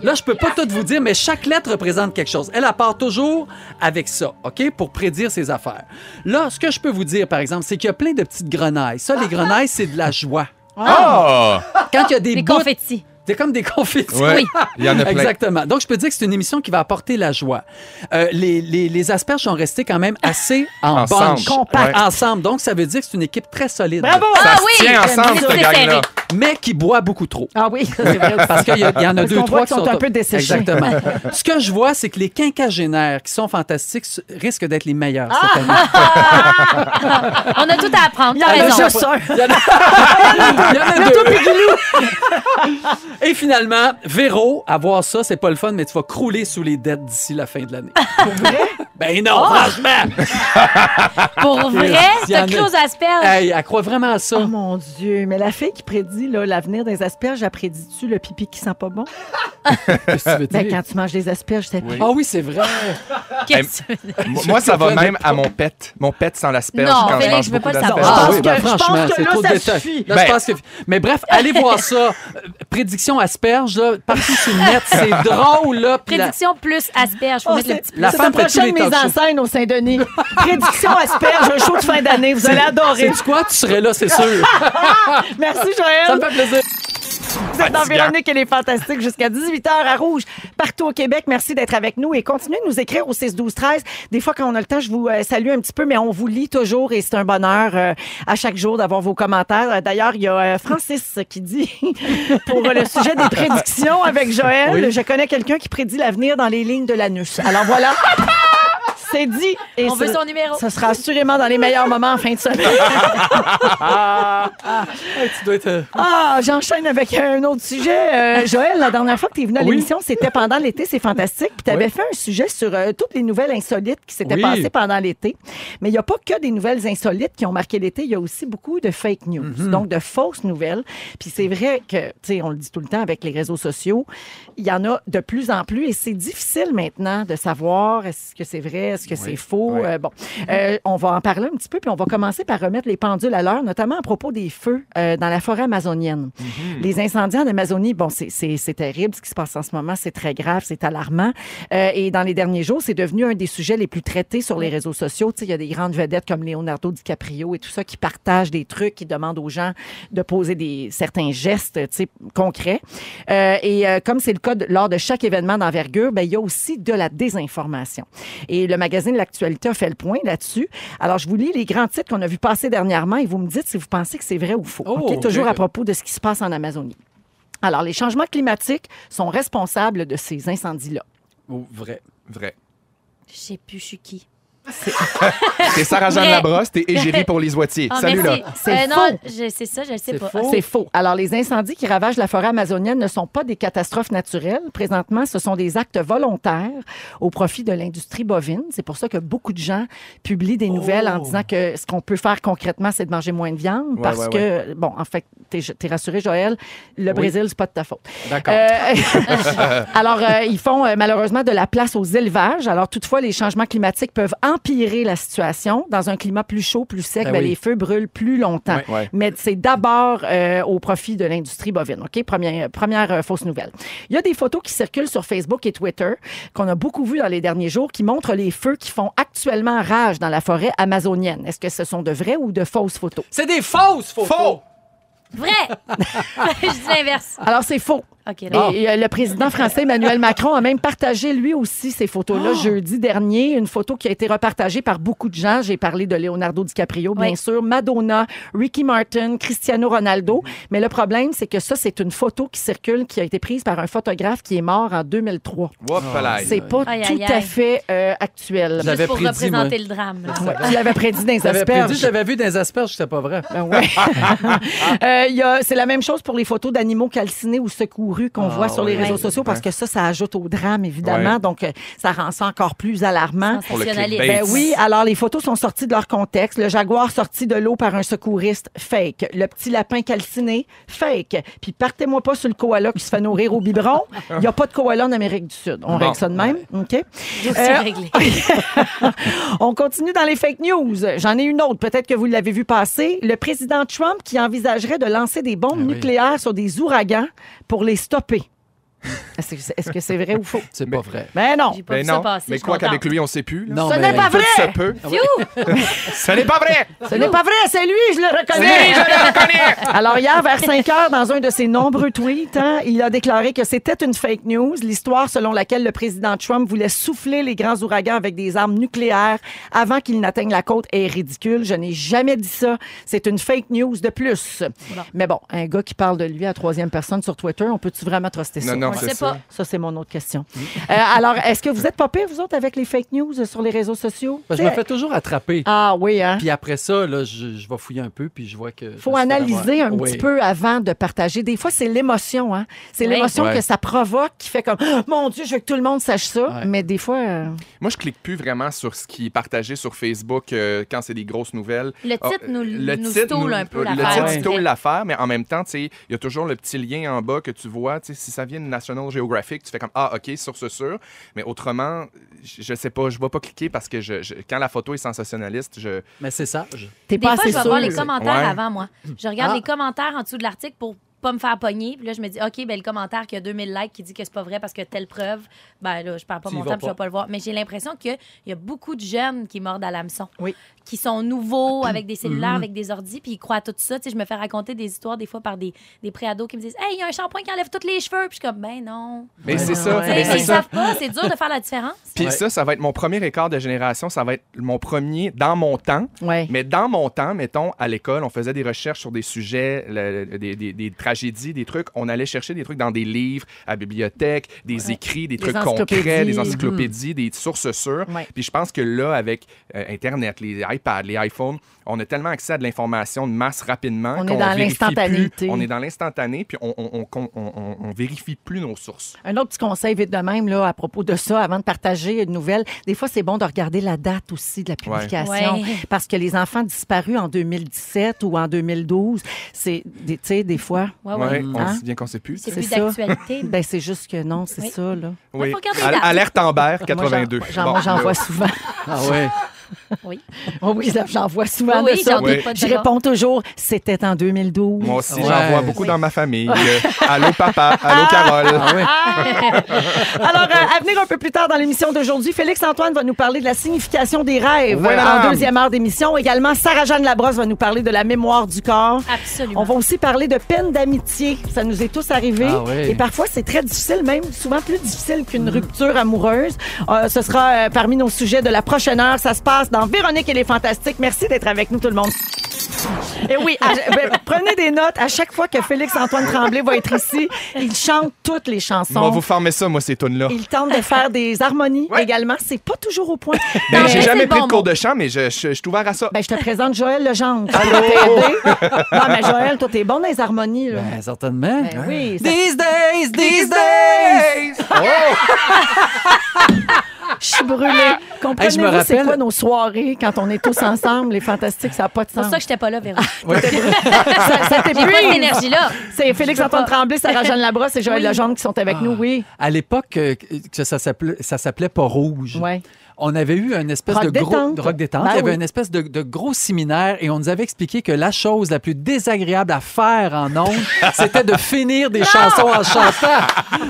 S3: Là, je peux pas tout vous dire, mais chaque lettre représente quelque chose. Elle, elle part toujours avec ça, OK, pour prédire ses affaires. Là, ce que je peux vous dire, par exemple, c'est qu'il y a plein de petites grenailles. Ça, les grenailles, c'est de la joie.
S6: Ah!
S5: Oh!
S3: Quand il y a des
S6: Des
S3: bouts,
S6: confettis.
S3: c'est comme des confettis.
S5: Ouais, il y en a plein.
S3: Exactement. Donc, je peux dire que c'est une émission qui va apporter la joie. Euh, les, les, les asperges sont restés quand même assez en
S5: Ensemble.
S3: bunch.
S5: Compact. Ouais.
S3: Ensemble. Donc, ça veut dire que c'est une équipe très solide.
S4: Bravo!
S5: Ça
S6: Ah
S5: se
S6: oui!
S5: tient ensemble,
S6: Mais
S5: ce
S6: c'est
S5: gang-là.
S6: serré.
S3: Mais qui boit beaucoup trop.
S4: Ah oui, ça, c'est vrai.
S3: Parce qu'il y, a- il y en a
S4: Parce
S3: deux,
S4: qu'on
S3: trois
S4: voit
S3: qui
S4: qu'ils
S3: sont
S4: sont un peu desséchés.
S3: Exactement. Ce que je vois, c'est que les quinquagénaires qui sont fantastiques s- risquent d'être les meilleurs
S4: Ah!
S3: cette année.
S6: On a tout à apprendre.
S4: Il y en
S6: T'as
S4: a
S3: Ah,
S6: raison.
S4: juste un.
S3: Il y en a- Il y en a deux. Et finalement, Véro, avoir ça, c'est pas le fun, mais tu vas crouler sous les dettes d'ici la fin de l'année. Ben non,
S4: Oh!
S3: franchement!
S6: Pour vrai,
S3: Il y en a-
S6: t'as cru aux
S4: Ah!
S6: asperges.
S3: Hey, elle croit vraiment à ça.
S4: Oh mon Dieu, mais la fille qui prédit là, l'avenir des asperges, elle prédit-tu le pipi qui sent pas bon?
S3: Qu'est-ce que tu veux
S4: Ben,
S3: dire?
S4: quand tu manges des asperges, c'est oh,
S5: Oui.
S3: Ah oui, c'est vrai.
S6: Qu'est-ce que tu veux dire?
S5: Moi, moi, ça va
S3: comprenais
S5: même à mon pet. Mon pet sans l'asperge
S6: Non,
S5: quand je
S6: Félix,
S5: mange
S6: je veux
S5: beaucoup
S6: pas le
S5: d'asperges.
S6: savoir.
S3: Ah
S4: pense
S3: oui,
S4: que-
S3: ben
S4: je pense
S3: franchement,
S4: que
S3: c'est
S4: là,
S3: trop de
S4: ça
S3: détails.
S4: suffit.
S3: Là,
S5: Ben-
S3: je pense que... Mais bref, allez voir ça. Euh, Prédiction asperge, là, partout sur le net, c'est drôle. Là, puis la-
S6: Prédiction plus asperges. Faut
S4: Oh,
S6: mettre le
S4: c'est
S6: petit plus.
S3: La
S4: c'est
S3: femme
S4: ta
S3: fait tous les
S4: prochaine mise
S3: talk
S4: en
S3: shows.
S4: scène au Saint-Denis. Prédiction asperge, un show de fin d'année. Vous allez adorer.
S3: Sais-tu quoi? Tu serais là, c'est sûr.
S4: Merci,
S3: ça me
S4: Joël.
S3: fait plaisir.
S4: Vous êtes dans Véronique et les Fantastiques jusqu'à 18h à Rouge, partout au Québec. Merci d'être avec nous et continuez de nous écrire au 6 12 13 Des fois, quand on a le temps, je vous euh, salue un petit peu, mais on vous lit toujours et c'est un bonheur euh, à chaque jour d'avoir vos commentaires. Euh, D'ailleurs, il y a euh, Francis qui dit pour euh, le sujet des prédictions avec Joël,
S3: Oui.
S4: je connais quelqu'un qui prédit l'avenir dans les lignes de l'anus. Alors voilà. C'est dit. Et
S6: On veut
S4: ce-
S6: son numéro.
S4: Ce sera assurément dans les meilleurs moments en fin de semaine.
S3: Tu dois être... euh,
S4: Ah, j'enchaîne avec un autre sujet. Euh, Joël, la dernière fois que tu es venu à
S3: Oui.
S4: l'émission, c'était pendant l'été, c'est fantastique. Puis tu avais fait un sujet sur euh, toutes les nouvelles insolites qui s'étaient
S3: Oui.
S4: passées pendant l'été. Mais il n'y a pas que des nouvelles insolites qui ont marqué l'été, il y a aussi beaucoup de fake news, donc de fausses nouvelles. Puis c'est vrai que, tu sais, on le dit tout le temps avec les réseaux sociaux, il y en a de plus en plus et c'est difficile maintenant de savoir est-ce que c'est vrai, est-ce que c'est faux.
S5: Oui.
S4: Euh, bon, Euh, on va en parler un petit peu, puis on va commencer par remettre les pendules à l'heure, notamment à propos des feux euh, dans la forêt amazonienne. Les incendies en Amazonie, bon, c'est- c'est c'est terrible ce qui se passe en ce moment, c'est très grave, c'est alarmant. Euh, et dans les derniers jours, c'est devenu un des sujets les plus traités sur les réseaux sociaux. Tu sais, il y a des grandes vedettes comme Leonardo DiCaprio et tout ça qui partagent des trucs, qui demandent aux gens de poser des certains gestes, tu sais, concrets. Euh, et euh, comme c'est le cas de- lors de chaque événement d'envergure, ben, il y a aussi de la désinformation. Et le magazine L'actualité a fait le point là-dessus. Alors, je vous lis les grands titres qu'on a vus passer dernièrement et vous me dites si vous pensez que c'est vrai ou faux.
S3: Oh,
S4: OK?
S3: OK.
S4: Toujours à propos de ce qui se passe en Amazonie. Alors, les changements climatiques sont responsables de ces incendies-là.
S6: Ah!
S3: oh, vrai.
S5: Vrai.
S6: Je sais plus, je suis qui.
S5: T'es Sarah-Jeanne
S6: Mais-
S5: Labrosse, t'es égérie pour les oitiers.
S6: Ah,
S5: Salut,
S6: merci.
S5: là.
S4: C'est
S6: Euh, non,
S4: faux.
S6: je- c'est ça, je le sais
S3: C'est
S6: pas.
S3: faux.
S4: Ah, C'est faux. Alors, les incendies qui ravagent la forêt amazonienne ne sont pas des catastrophes naturelles. Présentement, ce sont des actes volontaires au profit de l'industrie bovine. C'est pour ça que beaucoup de gens publient des nouvelles en disant que ce qu'on peut faire concrètement, c'est de manger moins de viande.
S5: Ouais,
S4: parce
S5: ouais,
S4: que, bon, en fait, t'es es rassuré, Joël, le Brésil, c'est pas de ta faute.
S3: D'accord.
S4: Euh, alors, euh, ils font euh, malheureusement de la place aux élevages. Alors, toutefois, les changements climatiques peuvent empirer la situation. Dans un climat plus chaud, plus sec,
S3: Ben
S4: ben,
S3: oui.
S4: les feux brûlent plus longtemps.
S5: Ah Ouais, ouais.
S4: Mais c'est d'abord euh, au profit de l'industrie bovine. OK? Première, première euh, fausse nouvelle. Il y a des photos qui circulent sur Facebook et Twitter qu'on a beaucoup vues dans les derniers jours qui montrent les feux qui font actuellement rage dans la forêt amazonienne. Est-ce que ce sont de vraies ou de fausses photos?
S3: C'est des fausses photos.
S5: Faux!
S6: Vrai! je dis l'inverse.
S4: Alors, c'est faux.
S6: OK,
S4: Et,
S5: Ah,
S6: là.
S4: et, euh, le président français Emmanuel Macron a même partagé lui aussi ces photos-là
S6: Ah.
S4: jeudi dernier. Une photo qui a été repartagée par beaucoup de gens. J'ai parlé de Leonardo DiCaprio, bien
S6: Oui.
S4: sûr, Madonna, Ricky Martin, Cristiano Ronaldo. Mais le problème, c'est que ça, c'est une photo qui circule, qui a été prise par un photographe qui est mort en 2003.
S6: Ah,
S5: Whoop-a-lai.
S4: C'est pas
S6: Aïe,
S4: tout
S6: aïe,
S4: à
S6: aïe.
S4: fait euh, actuel. Ah
S3: J'avais
S6: Juste pour
S3: prédit,
S6: représenter le drame. là.
S4: Ouais, tu l'avais prédit dans les
S3: J'avais prédit,
S4: asperges.
S3: j'avais vu des asperges, c'était pas vrai.
S4: Ben ouais. Euh, il y a- c'est la même chose pour les photos d'animaux calcinés ou secourus qu'on
S3: Ah,
S4: voit sur les
S6: oui.
S4: réseaux sociaux parce que ça, ça ajoute au drame, évidemment.
S5: Ouais.
S4: Donc, euh, ça rend ça encore plus alarmant.
S5: Pour le
S6: Sensationnaliste.
S5: clickbait.
S4: Ben oui,
S6: Ah,
S4: alors les photos sont sorties de leur contexte. Le jaguar sorti de l'eau par un secouriste, fake. Le petit lapin calciné, fake. Puis partez-moi pas sur le koala qui se fait nourrir au biberon. Il n'y a pas de koala en Amérique du Sud. On
S5: Bon.
S4: règle ça de même. OK?
S6: Dossier
S4: Euh,
S6: réglé.
S4: On continue dans les fake news. J'en ai une autre, peut-être que vous l'avez vu passer. Le président Trump qui envisagerait de lancer des bombes
S3: Ah oui.
S4: nucléaires sur des ouragans pour les stopper. Est-ce que c'est- est-ce que c'est vrai ou faux?
S3: C'est pas vrai.
S4: Mais non.
S6: J'ai pas
S5: Mais
S6: vu ça
S5: Ben non,
S6: passer, je
S5: mais
S6: suis
S5: quoi
S6: contente.
S5: qu'avec lui, on sait plus. là.
S3: Non,
S4: Ce
S3: mais-
S4: n'est pas vrai!
S5: Ça peut. Ce n'est pas vrai!
S4: Ce n'est pas vrai, c'est lui, je le
S5: Si,
S4: reconnais!
S5: je le reconnais!
S4: Alors hier, vers 5 heures, dans un de ses nombreux tweets, hein, il a déclaré que c'était une fake news, l'histoire selon laquelle le président Trump voulait souffler les grands ouragans avec des armes nucléaires avant qu'ils n'atteignent la côte est ridicule. Je n'ai jamais dit ça. C'est une fake news de plus. Mais bon, un gars qui parle de lui à troisième personne sur Twitter, on peut-tu vraiment truster ça?
S5: Non, non,
S6: On le
S5: c'est
S6: sait
S5: ça.
S6: pas.
S4: Ça, c'est mon autre question. Euh, alors, est-ce que vous êtes pas pire, vous autres, avec les fake news sur les réseaux sociaux?
S3: Parce que Ben, je me fais toujours attraper.
S4: Ah oui, hein?
S3: Puis après ça, là, je, je vais fouiller un peu, puis je vois que.
S4: faut analyser un
S3: Oui.
S4: petit peu avant de partager. Des fois, c'est l'émotion. Hein? C'est
S6: Oui.
S4: l'émotion
S3: Ouais.
S4: que ça provoque qui fait comme Ah, Mon Dieu, je veux que tout le monde sache ça.
S3: Ouais.
S4: Mais des fois, euh,
S5: Moi, je clique plus vraiment sur ce qui est partagé sur Facebook euh, quand c'est des grosses nouvelles.
S6: Le titre
S5: Ah,
S6: nous,
S5: le
S6: nous
S5: titre
S6: stole
S5: nous-
S6: un peu
S5: le
S6: l'affaire.
S5: titre
S3: Ouais.
S5: stole l'affaire, mais en même temps, tu sais, il y a toujours le petit lien en bas que tu vois. tu sais, Si ça vient de National Geographic, tu fais comme Ah, OK, sur ce, sûr. Mais autrement, je je sais pas, je vais pas cliquer parce que je- je- quand la photo est sensationnaliste, je.
S3: Mais c'est sage.
S4: t'es
S6: Des
S4: pas
S6: fois,
S4: assez
S6: je vais
S4: sûr.
S6: voir les commentaires
S5: Ouais.
S6: avant, moi. Je regarde
S4: Ah.
S6: les commentaires en dessous de l'article pour pas me faire pogner. Puis là, je me dis, OK, ben, le commentaire qui a 2000 likes qui dit que c'est pas vrai parce que telle preuve, ben là, je perds pas
S3: Tu y
S6: mon
S3: vas
S6: temps, puis
S3: pas.
S6: je vais pas le voir. Mais j'ai l'impression qu'il y a beaucoup de jeunes qui mordent à l'hameçon.
S4: Oui.
S6: Qui sont nouveaux, avec des
S3: Mhm.
S6: cellulaires, avec des ordis, puis ils croient à tout ça. Tu sais, je me fais raconter des histoires des fois par des, des préados qui me disent, Hey, il y a un shampoing qui enlève tous les cheveux. Puis je suis comme, Ben non.
S5: Mais
S3: Ouais.
S5: c'est ça.
S4: Ouais.
S5: mais
S6: Tu sais,
S5: c'est
S6: ils
S5: ça.
S6: savent pas, c'est dur de faire la différence.
S5: Puis
S3: Ouais.
S5: ça, ça va être mon premier écart de génération. Ça va être mon premier dans mon temps.
S4: Ouais.
S5: Mais dans mon temps, mettons, à l'école, on faisait des recherches sur des sujets, le- le- des, des- des tragédies, des trucs. On allait chercher des trucs dans des livres, à la bibliothèque, des écrits, des trucs concrets,
S4: encyclopédies. Mhm.
S5: des encyclopédies, des sources sûres.
S4: Ouais.
S5: Puis je pense que là, avec euh, Internet, les iPads, les iPhones, on a tellement accès à de l'information de masse rapidement
S4: On est
S5: qu'on
S4: dans
S5: vérifie plus.
S4: l'instantanéité.
S5: On est dans l'instantané, puis on, on, on- on- on- on vérifie plus nos sources.
S4: Un autre petit conseil, vite de même, là, à propos de ça, avant de partager une nouvelle, des fois, c'est bon de regarder la date aussi de la publication.
S6: Ouais.
S4: Parce que les enfants disparus en 2017 ou en 2012, c'est, des- tu sais, des fois,
S6: Ouais, ouais.
S5: Ouais, on
S4: Hein?
S5: sait bien qu'on sait plus.
S6: C'est
S4: C'est
S6: plus
S4: ça.
S6: d'actualité.
S4: ben, c'est juste que non, c'est
S6: Oui.
S4: ça, là.
S5: Oui.
S6: faut regarder
S5: Al-
S6: la-
S5: Alerte Amber
S4: Moi, j'en-
S5: 82.
S4: j'en-
S5: Bon, ben
S4: Moi, j'en
S5: là,
S4: vois souvent.
S3: Ah ouais.
S6: Oui.
S4: Oh oui, là, j'en vois souvent
S6: Oui,
S4: de ça.
S6: j'en doute pas de
S4: Je
S6: ça.
S4: réponds toujours, c'était en 2012.
S5: Moi aussi,
S3: Ouais.
S5: j'en vois beaucoup dans ma famille. Euh, allô, papa. Allô, Carole.
S3: Ah ouais.
S4: Alors, euh, à venir un peu plus tard dans l'émission d'aujourd'hui, Félix-Antoine va nous parler de la signification des rêves
S5: Oui,
S4: euh, en
S5: madame.
S4: deuxième heure d'émission. Également, Sarah-Jeanne Labrosse va nous parler de la mémoire du corps.
S6: Absolument.
S4: On va aussi parler de peine d'amitié. Ça nous est tous arrivé.
S3: Ah oui.
S4: Et parfois, c'est très difficile, même souvent plus difficile qu'une rupture amoureuse. Euh, ce sera euh, parmi nos sujets de la prochaine heure. Ça se passe dans Véronique et les Fantastiques. Merci d'être avec nous, tout le monde. Et oui, à- ben, prenez des notes. À chaque fois que Félix-Antoine Tremblay va être ici, il chante toutes les
S5: On va
S4: chansons.
S5: vous farmer ça, moi, ces tunes-là.
S4: Il tente de faire des harmonies également. C'est pas toujours au point. Euh,
S5: Ben,
S6: Non,
S5: j'ai
S6: mais
S5: jamais
S6: c'est
S5: pris
S6: bon,
S5: de cours
S6: bon.
S5: de chant, mais je, je, je suis ouvert à ça.
S4: Ben, je te présente Joël Legendre. qui va t'aider. Non, mais Joël, toi, t'es bon dans les harmonies. Là.
S3: Ben, certainement.
S4: Ben oui, ça-
S3: These days, these days!
S4: je suis brûlée.
S3: Hey, je me
S4: Comprenez-vous, c'est
S3: rappelle-
S4: quoi nos soirées quand on est tous ensemble, les fantastiques, ça n'a pas de
S6: C'est
S4: sens.
S6: pour ça que j'étais pas là, Véro. J'ai
S4: Ah, ça, ça
S6: pas cette
S4: t'épuise.
S6: énergie-là.
S4: C'est Félix-Antoine
S6: Je peux pas.
S4: Tremblay, Sarah-Jeanne Labrosse et Joël Legendre qui sont avec nous, oui.
S3: À l'époque, euh, que ça s'appelait, ça s'appelait pas rouge.
S4: Ouais.
S3: On avait eu un espèce
S4: Rock
S3: de gros
S4: détente.
S3: de rock détente.
S4: Ben
S3: Il y avait
S4: oui.
S3: une espèce de, de gros séminaire et on nous avait expliqué que la chose la plus désagréable à faire en ondes, c'était de finir des chansons en chantant.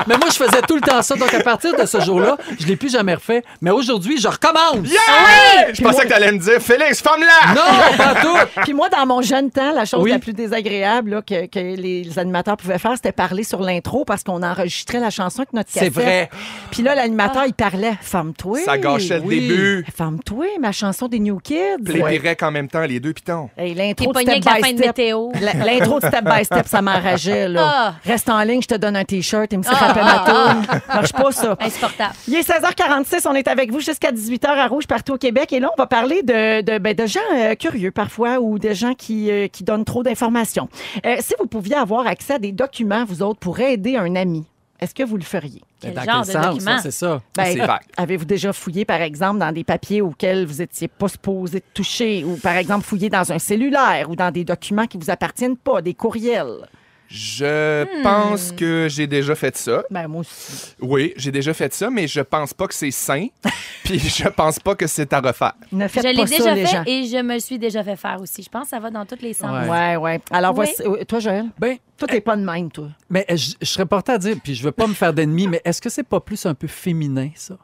S3: Mais moi, je faisais tout le temps ça. Donc, à partir de ce jour-là, je l'ai plus jamais refait. Mais aujourd'hui, je recommence.
S5: Yeah! Je pensais que t'allais me dire, Félix, ferme-la!
S3: Non, pas tout.
S4: Puis moi, dans mon jeune temps, la chose
S3: Oui.
S4: la plus désagréable là, que, que les animateurs pouvaient faire, c'était parler sur l'intro parce qu'on enregistrait la chanson avec notre cassette.
S3: C'est vrai.
S4: Puis là,
S6: Ah.
S4: l'animateur, il parlait « Ferme-toi ».
S5: Ça gâchait le
S3: oui.
S5: début.
S4: Ferme-toi, ma chanson des New Kids.
S5: Les directs en même temps, les deux pitons.
S4: Et
S6: T'es
S4: l'intro de Step
S6: pogné avec la
S4: by
S6: fin de
S4: Step.
S6: météo.
S4: La- L'intro de Step by Step, ça m'enrageait. là.
S6: Ah.
S4: Reste en ligne, je te donne un T-shirt et me
S6: Ah,
S4: rappelle ma toune. Marche pas, ça.
S6: Insupportable.
S4: Il est 16h46, on est avec vous jusqu'à 18h à Rouge partout au Québec. Et là, on va parler de, de, ben, de gens euh, curieux parfois ou de gens qui, euh, qui donnent trop d'informations. Euh, si vous pouviez avoir accès à des documents, vous autres, pour aider un ami, est-ce que vous le feriez?
S6: Quel
S3: Ben, Dans
S6: genre
S3: quel
S6: de
S3: sens,
S6: document?
S3: ça, c'est ça.
S4: Ben,
S5: C'est vague.
S4: Avez-vous déjà fouillé, par exemple, dans des papiers auxquels vous étiez pas supposé toucher ou, par exemple, fouillé dans un cellulaire ou dans des documents qui vous appartiennent pas, des courriels?
S5: Je
S3: Hmm.
S5: pense que j'ai déjà fait ça.
S4: Ben, moi aussi.
S5: Oui, j'ai déjà fait ça, mais je pense pas que c'est sain. Puis je pense pas que c'est à refaire.
S4: Ne
S6: Je
S4: faites
S6: l'ai
S4: pas
S6: déjà
S4: ça,
S6: fait
S4: les gens.
S6: et je me le suis déjà fait faire aussi. Je pense que ça va dans tous les sens.
S3: Ouais.
S4: Ouais, ouais. Alors,
S6: Oui.
S4: voici. euh, Toi, Joël?
S3: Ben,
S4: Toi, t'es pas de même, toi.
S3: mais je, je serais porté à dire, puis je veux pas me faire d'ennemis, mais est-ce que c'est pas plus un peu féminin, ça?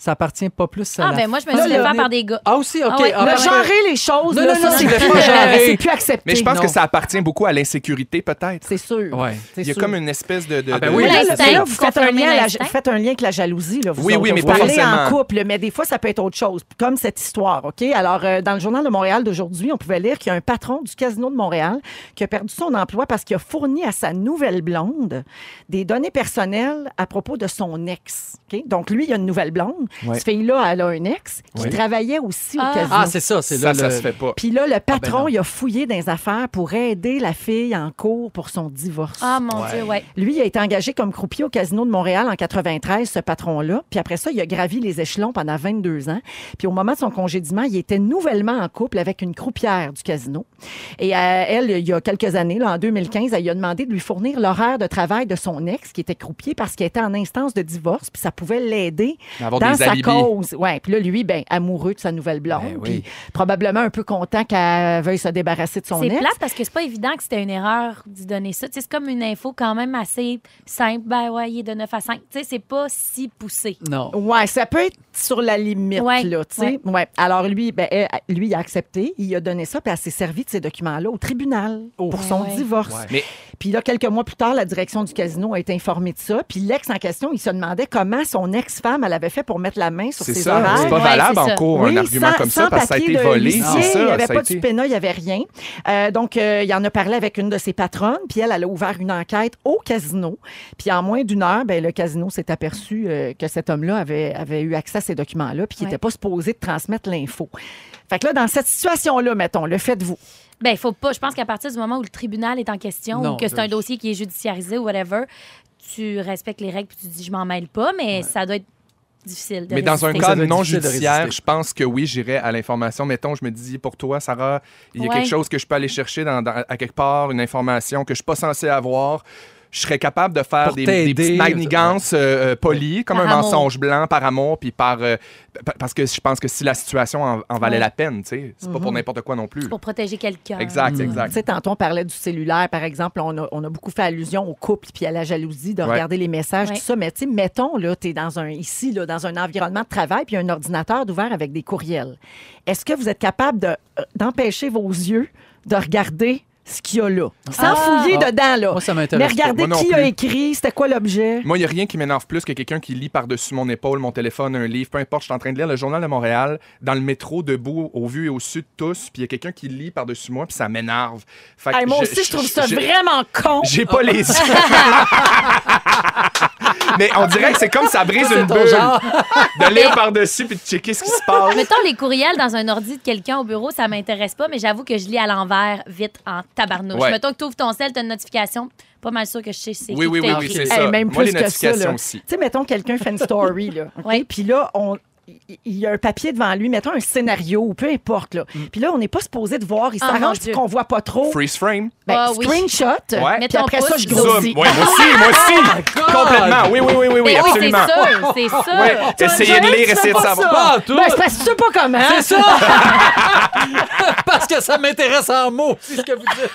S3: Ça appartient pas plus à
S6: Ah,
S3: la
S6: ben moi, je me
S3: Là,
S6: suis fait
S3: là,
S6: faire
S3: on
S6: par
S3: est-
S6: des gars.
S3: Ah aussi, OK.
S6: Ah ouais.
S3: Ah,
S4: Le
S3: ben,
S4: genrer les choses,
S3: Non,
S4: là,
S3: non,
S4: ça,
S3: non,
S4: c'est
S3: je
S4: plus,
S3: l'ai pas géré.
S4: c'est plus accepté.
S5: Mais je pense
S3: non.
S5: que ça appartient beaucoup à l'insécurité, peut-être.
S4: C'est sûr.
S3: Ouais.
S4: C'est
S5: Il y a
S4: sûr.
S5: comme une espèce de. de-
S3: Ah ben
S5: de-
S3: oui,
S4: Mais là,
S6: L'instinct,
S4: mais là, vous faites un,
S6: confirmer
S4: lien à la-
S6: l'instinct.
S4: faites un lien avec la jalousie. Là, vous
S5: Oui,
S4: autres,
S5: oui,
S4: là,
S5: mais
S4: vous
S5: pas
S4: parlez en
S5: forcément.
S4: couple, mais des fois, ça peut être autre chose, comme cette histoire. OK? Alors, euh, dans le Journal de Montréal d'aujourd'hui, on pouvait lire qu'il y a un patron du Casino de Montréal qui a perdu son emploi parce qu'il a fourni à sa nouvelle blonde des données personnelles à propos de son ex. OK? Donc, lui, il a une nouvelle blonde. Cette fille-là, elle a un ex qui
S3: Oui.
S4: travaillait aussi
S6: Ah.
S4: au casino.
S3: Ah, c'est ça, c'est
S5: Ça,
S3: là
S5: ça
S3: le-
S5: se fait pas.
S4: Puis là, le
S3: ben
S4: patron,
S3: non.
S4: il a fouillé dans les affaires pour aider la fille en cours pour son divorce.
S6: Ah, mon Dieu, ouais.
S4: Lui, il a été engagé comme croupier au Casino de Montréal en 93, ce patron-là. Puis après ça, il a gravi les échelons pendant 22 ans. Puis au moment de son congédiement, il était nouvellement en couple avec une croupière du casino. Et euh, elle, il y a quelques années, là, en 2015, elle lui a demandé de lui fournir l'horaire de travail de son ex, qui était croupier, parce qu'il était en instance de divorce, puis ça pouvait l'aider
S5: D'avoir
S4: dans
S5: des
S4: sa
S5: alibis.
S4: cause. Ouais. Puis là, lui, ben, amoureux de sa nouvelle blonde,
S3: Ben oui.
S4: puis probablement un peu content qu'elle veuille se débarrasser de son
S6: C'est
S4: ex.
S6: plate parce que c'est pas évident que c'était une erreur d'y donner ça. Tu sais, C'est comme une info quand même assez simple. Ben ouais, il est de 9 à 5. Tu sais, c'est pas si poussé.
S3: Non.
S4: Ouais, ça peut être sur la limite
S6: Ouais,
S4: là, tu sais. Ouais. Alors lui, ben, elle- lui, il a accepté, il a donné ça, puis elle s'est servie de ces documents-là au tribunal pour son
S6: Ouais.
S4: divorce.
S5: Mais-
S4: Puis là, quelques mois plus tard, la direction du casino a été informée de ça. Puis l'ex en question, il se demandait comment son ex-femme, elle avait fait pour mettre la main sur
S5: C'est
S4: ses
S5: ça.
S4: horaires.
S5: C'est pas
S6: Ouais,
S5: valable
S6: c'est ça.
S5: en cours un
S4: Oui,
S5: argument
S4: sans-
S5: comme
S4: sans
S5: ça parce que ça a
S4: papier
S5: été
S4: de
S5: volé.
S4: huissier,
S5: C'est
S4: Il n'y
S5: ça.
S4: avait
S5: ça a
S4: pas
S5: été-
S4: du PENA, il n'y avait rien. Euh, donc, euh, il en a parlé avec une de ses patronnes, puis elle, elle a ouvert une enquête au casino. Puis en moins d'une heure, ben, le casino s'est aperçu euh, que cet homme-là avait, avait eu accès à ces documents-là, puis qu'il
S6: Ouais.
S4: n'était pas supposé de transmettre l'info. Fait que là, dans cette situation-là, mettons, le faites-vous.
S6: Ben, faut pas. Je pense qu'à partir du moment où le tribunal est en question
S3: Non,
S6: ou que c'est
S3: je-
S6: un dossier qui est judiciarisé ou whatever, tu respectes les règles puis tu dis je m'en mêle pas, mais ça doit être difficile. De
S5: Mais dans un
S6: résister.
S3: Ça
S5: cadre
S3: doit être
S5: non
S3: difficile de
S5: judiciaire,
S3: résister.
S5: je pense que oui, j'irais à l'information. Mettons, je me dis, pour toi, Sarah, il y a
S6: Ouais.
S5: quelque chose que je peux aller chercher dans- dans- à quelque part, une information que je suis pas censé avoir. Je serais capable de faire
S3: Pour
S5: des, des
S3: t'aider.
S5: petites manigances euh, euh, polies, comme
S6: Par
S5: un
S6: amour.
S5: mensonge blanc par amour, puis par. euh, pa- parce que je pense que si la situation en, en valait
S6: Ouais. Mm-hmm.
S5: la peine, tu sais, c'est pas pour n'importe quoi non plus.
S6: Pour protéger quelqu'un. Hmm.
S5: Exact,
S4: Tu
S5: exact.
S4: sais, tantôt, on parlait du cellulaire, par exemple. On a, on a beaucoup fait allusion au couple puis à la jalousie de
S5: Ouais.
S4: regarder les messages,
S6: Ouais.
S4: tout ça. Mais tu sais, mettons, là, t'es dans un, ici, là, dans un environnement de travail puis il y a un ordinateur d'ouvert avec des courriels. Est-ce que vous êtes capable de- euh, d'empêcher vos yeux de regarder ce qu'il y a là. Sans fouiller
S3: Ah.
S4: dedans, là.
S3: Moi, ça
S4: Mais
S3: m'intéresse.
S4: regardez
S5: Moi non
S4: qui a
S5: plus.
S4: écrit, c'était quoi l'objet.
S5: Moi, il n'y a rien qui m'énerve plus que quelqu'un qui lit par-dessus mon épaule, mon téléphone, un livre, peu importe. Je suis en train de lire le Journal de Montréal, dans le métro, debout, au vu et au sud de tous, puis il y a quelqu'un qui lit par-dessus moi, puis ça m'énerve. Fait que
S4: Hey, moi aussi, je trouve ça
S5: je-
S4: vraiment con.
S5: J'ai pas les yeux. Mais on dirait que c'est comme ça brise une
S3: ton
S5: bulle
S3: genre.
S5: de lire par-dessus puis de checker ce qui se passe.
S6: Mettons les courriels dans un ordi de quelqu'un au bureau, ça m'intéresse pas, mais j'avoue que je lis à l'envers vite en tabarnouche.
S5: Ouais.
S6: Mettons que tu ouvres ton cell, tu as une notification. Pas mal sûr que je sais c'est
S5: Oui,
S6: qui
S5: oui,
S6: qui
S5: oui,
S6: t'a
S5: oui,
S6: écrit.
S5: c'est
S4: Hey,
S5: ça.
S4: même
S5: Moi,
S4: plus
S5: les
S4: que ça.
S5: notifications
S4: là. Tu
S5: aussi.
S4: sais, mettons, quelqu'un fait une story, là. OK?
S6: Ouais.
S4: Puis là, on. il- Il y a un papier devant lui, mettons un scénario ou peu importe. Là.
S5: Mm.
S4: Puis là, on n'est pas supposé de voir, il
S6: Ah, mon
S4: s'arrange
S6: Dieu.
S4: pour qu'on voit pas trop.
S5: Freeze frame.
S4: Ben,
S6: Ah, oui.
S4: screenshot.
S5: Ouais.
S6: Mets
S4: Puis
S6: ton
S4: après ça,
S6: pouce,
S4: je
S5: Zoom.
S4: grossis. Oh
S5: Ouais, moi aussi, moi aussi. Complètement. Oui, oui, oui, oui, oui,
S6: Mais Ben oui,
S5: absolument.
S6: c'est sûr, c'est sûr.
S5: Ouais, essayez de lire,
S4: James, tu
S5: essayez
S4: fais
S5: de
S4: pas
S5: savoir.
S3: Pas en
S4: ça.
S3: tout.
S4: Ben, c'est parce que tu sais pas comment.
S6: Hein?
S3: C'est ça! Parce que ça m'intéresse en mots, c'est ce que vous dites.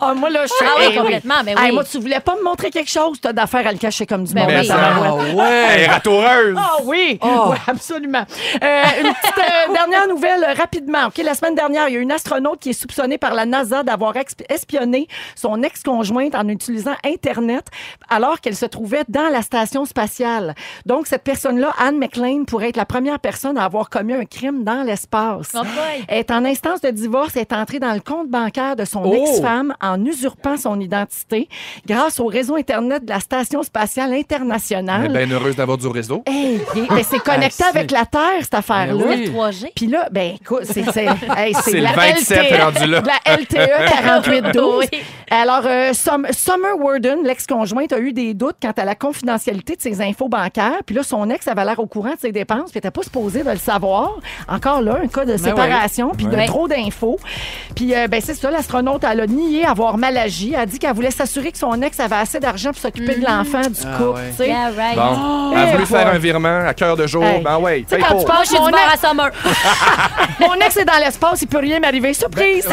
S4: Ah, moi, là, je suis.
S6: Ah oui,
S4: Eh
S6: complètement, ben
S4: Eh,
S6: oui.
S4: moi, tu voulais pas me montrer quelque chose, t'as d'affaires à le cacher comme du
S6: Ben
S4: monde.
S6: oui.
S4: à ta
S5: Ben,
S4: maman.
S3: Ah ouais!
S5: Hey, ratoureuse.
S4: Ah oui, Ouais, absolument. Euh, une petite euh, dernière nouvelle euh, rapidement. Ok, la semaine dernière, il y a une astronaute qui est soupçonnée par la NASA d'avoir exp- espionné son ex-conjointe en utilisant Internet alors qu'elle se trouvait dans la station spatiale. Donc, cette personne-là, Anne McLean, pourrait être la première personne à avoir commis un crime dans l'espace.
S6: Oh boy.
S4: Elle est en instance de divorce, elle est entrée dans le compte bancaire de son
S3: Oh!
S4: ex-femme en usurpant son identité grâce au réseau Internet de la Station spatiale internationale.
S5: Elle est bien heureuse d'avoir du réseau.
S4: Hey, il- mais c'est connecté
S3: Ah, c'est-
S4: avec la Terre, cette affaire-là.
S3: Ben
S6: C'est le 3G.
S4: Puis là, ben écoute, c'est c'est- hey, c'est
S5: C'est
S4: la
S5: le 27
S4: LTE,
S5: rendu là.
S4: de la LTE 4812.
S6: Oui.
S4: Alors, euh, Sum- Summer Warden, l'ex-conjointe, a eu des doutes quant à la confidentialité de ses infos bancaires. Puis là, son ex avait l'air au courant de ses dépenses, puis n'était pas supposé de le savoir. Encore là, un cas de séparation, puis de
S6: Ouais.
S4: trop d'infos. Puis euh, ben c'est ça, l'astronaute, elle a nié avoir mal agi. Elle a dit qu'elle voulait s'assurer que son ex avait assez d'argent pour s'occuper de l'enfant, du
S3: Ah
S4: couple.
S3: ouais.
S4: tu sais.
S6: Yeah, right.
S5: Bon, elle
S4: eh,
S5: a voulu
S4: quoi.
S5: faire un virement à cœur de jour.
S4: Hey.
S5: Ben ouais,
S4: Tu sais,
S5: paye
S4: quand
S5: pour.
S4: tu
S6: Moi,
S4: penses
S6: je suis du
S4: mon
S6: bord à
S4: ex,
S6: Summer.
S4: mon ex est dans l'espace, il peut rien m'arriver. Surprise!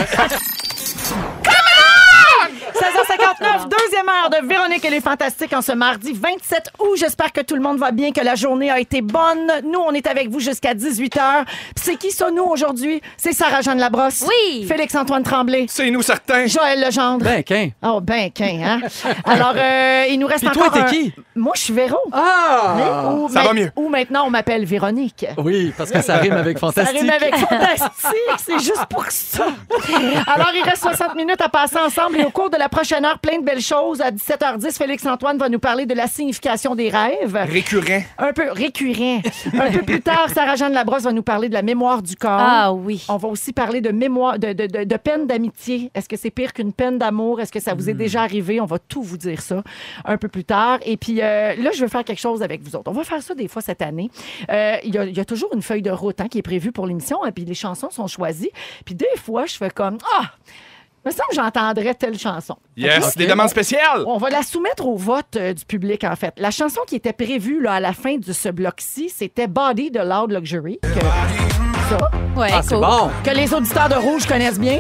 S4: 16h59, deuxième heure de Véronique et les Fantastiques en ce mardi 27 août. J'espère que tout le monde va bien, que la journée a été bonne. Nous, on est avec vous jusqu'à 18h. C'est qui ça, nous, aujourd'hui? C'est Sarah-Jeanne Labrosse.
S6: Oui.
S4: Félix-Antoine Tremblay.
S5: C'est nous certains.
S4: Joël Legendre.
S3: Ben, qu'un.
S4: Oh, ben, qu'un, hein? Alors, euh, il nous reste
S3: Puis toi,
S4: encore
S3: t'es
S4: un-
S3: qui?
S4: Moi, je suis Véro.
S3: Ah!
S4: Ou
S5: Ça
S4: ma-
S5: va mieux.
S4: Ou maintenant, on m'appelle Véronique.
S3: Oui, parce que ça rime avec
S4: Ça
S3: fantastique.
S4: rime avec fantastique, c'est juste pour ça. Alors, il reste 60 minutes à passer ensemble et au cours de la prochaine heure, plein de belles choses. À 17h10, Félix-Antoine va nous parler de la signification des rêves.
S5: Récurrent.
S4: Un peu récurrent. Un peu plus tard, Sarah-Jeanne Labrosse va nous parler de la mémoire du corps.
S6: Ah oui.
S4: On va aussi parler de mémoire, de, de- de- de peine d'amitié. Est-ce que c'est pire qu'une peine d'amour? Est-ce que ça vous est déjà arrivé? On va tout vous dire ça un peu plus tard. Et puis euh, là, je veux faire quelque chose avec vous autres. On va faire ça des fois cette année. Euh, Il y, a- il y a toujours une feuille de route hein, qui est prévue pour l'émission. Et puis les chansons sont choisies. Puis des fois, je fais comme Ah! Il me semble que j'entendrais telle chanson.
S5: Yes,
S4: Ok?
S5: des demandes spéciales.
S4: On va la soumettre au vote euh, du public, en fait. La chanson qui était prévue là, à la fin de ce bloc-ci, c'était Body de Loud Luxury. que-
S6: Ouais,
S3: Ah, c'est
S6: cool.
S3: bon!
S4: que les auditeurs de Rouge connaissent bien.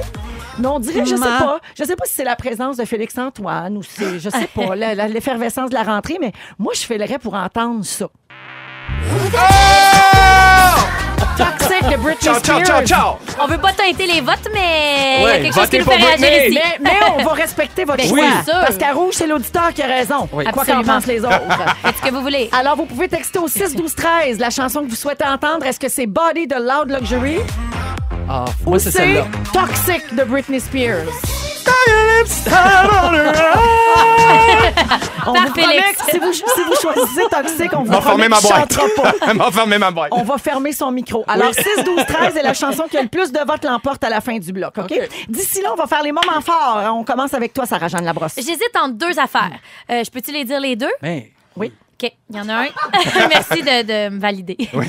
S4: Mais on dirait, je sais
S3: Ma-
S4: pas, je sais pas si c'est la présence de Félix Antoine ou c'est, je sais pas, la- la- l'effervescence de la rentrée, mais moi, je filerais pour entendre ça. Toxic de Britney
S5: Oh! Ciao, ciao, ciao,
S4: Spears.
S5: ciao.
S6: On veut pas teinter les votes, mais il y a
S3: Ouais,
S6: quelque chose qui
S5: votez
S6: nous
S5: pour
S6: fait réagir
S5: Britney.
S6: ici.
S4: Mais, mais on va respecter votre
S6: Ben,
S4: choix.
S6: c'est sûr.
S4: Parce qu'à Rouge, c'est l'auditeur qui a raison.
S3: Oui.
S4: Quoi qu'en
S6: Absolument.
S4: pensent les autres.
S6: Faites ce que vous voulez.
S4: Alors, vous pouvez texter au 6-12-13 la chanson que vous souhaitez entendre. Est-ce que c'est Body de Loud Luxury
S3: Ah,
S4: ou
S3: moi, c'est
S4: c'est
S3: celle-là.
S4: Toxic de Britney Spears? On
S6: Par
S4: vous promet
S6: Félix.
S4: que si vous, si vous choisissez Toxic, on vous
S5: M'a
S4: promet
S5: fermé ma
S4: qu'il
S5: boîte.
S4: chantera pas.
S5: M'a fermé ma boîte.
S4: On va fermer son micro. Alors, 6, 12, 13 est la chanson qui a le plus de votes l'emporte à la fin du bloc, OK? D'ici là, on va faire les moments forts. On commence avec toi, Sarah-Jeanne Labrosse.
S6: J'hésite entre deux affaires. Euh, je peux-tu les dire les deux?
S3: Ben,
S4: Oui.
S6: OK, il y en a un. Merci de, de me valider.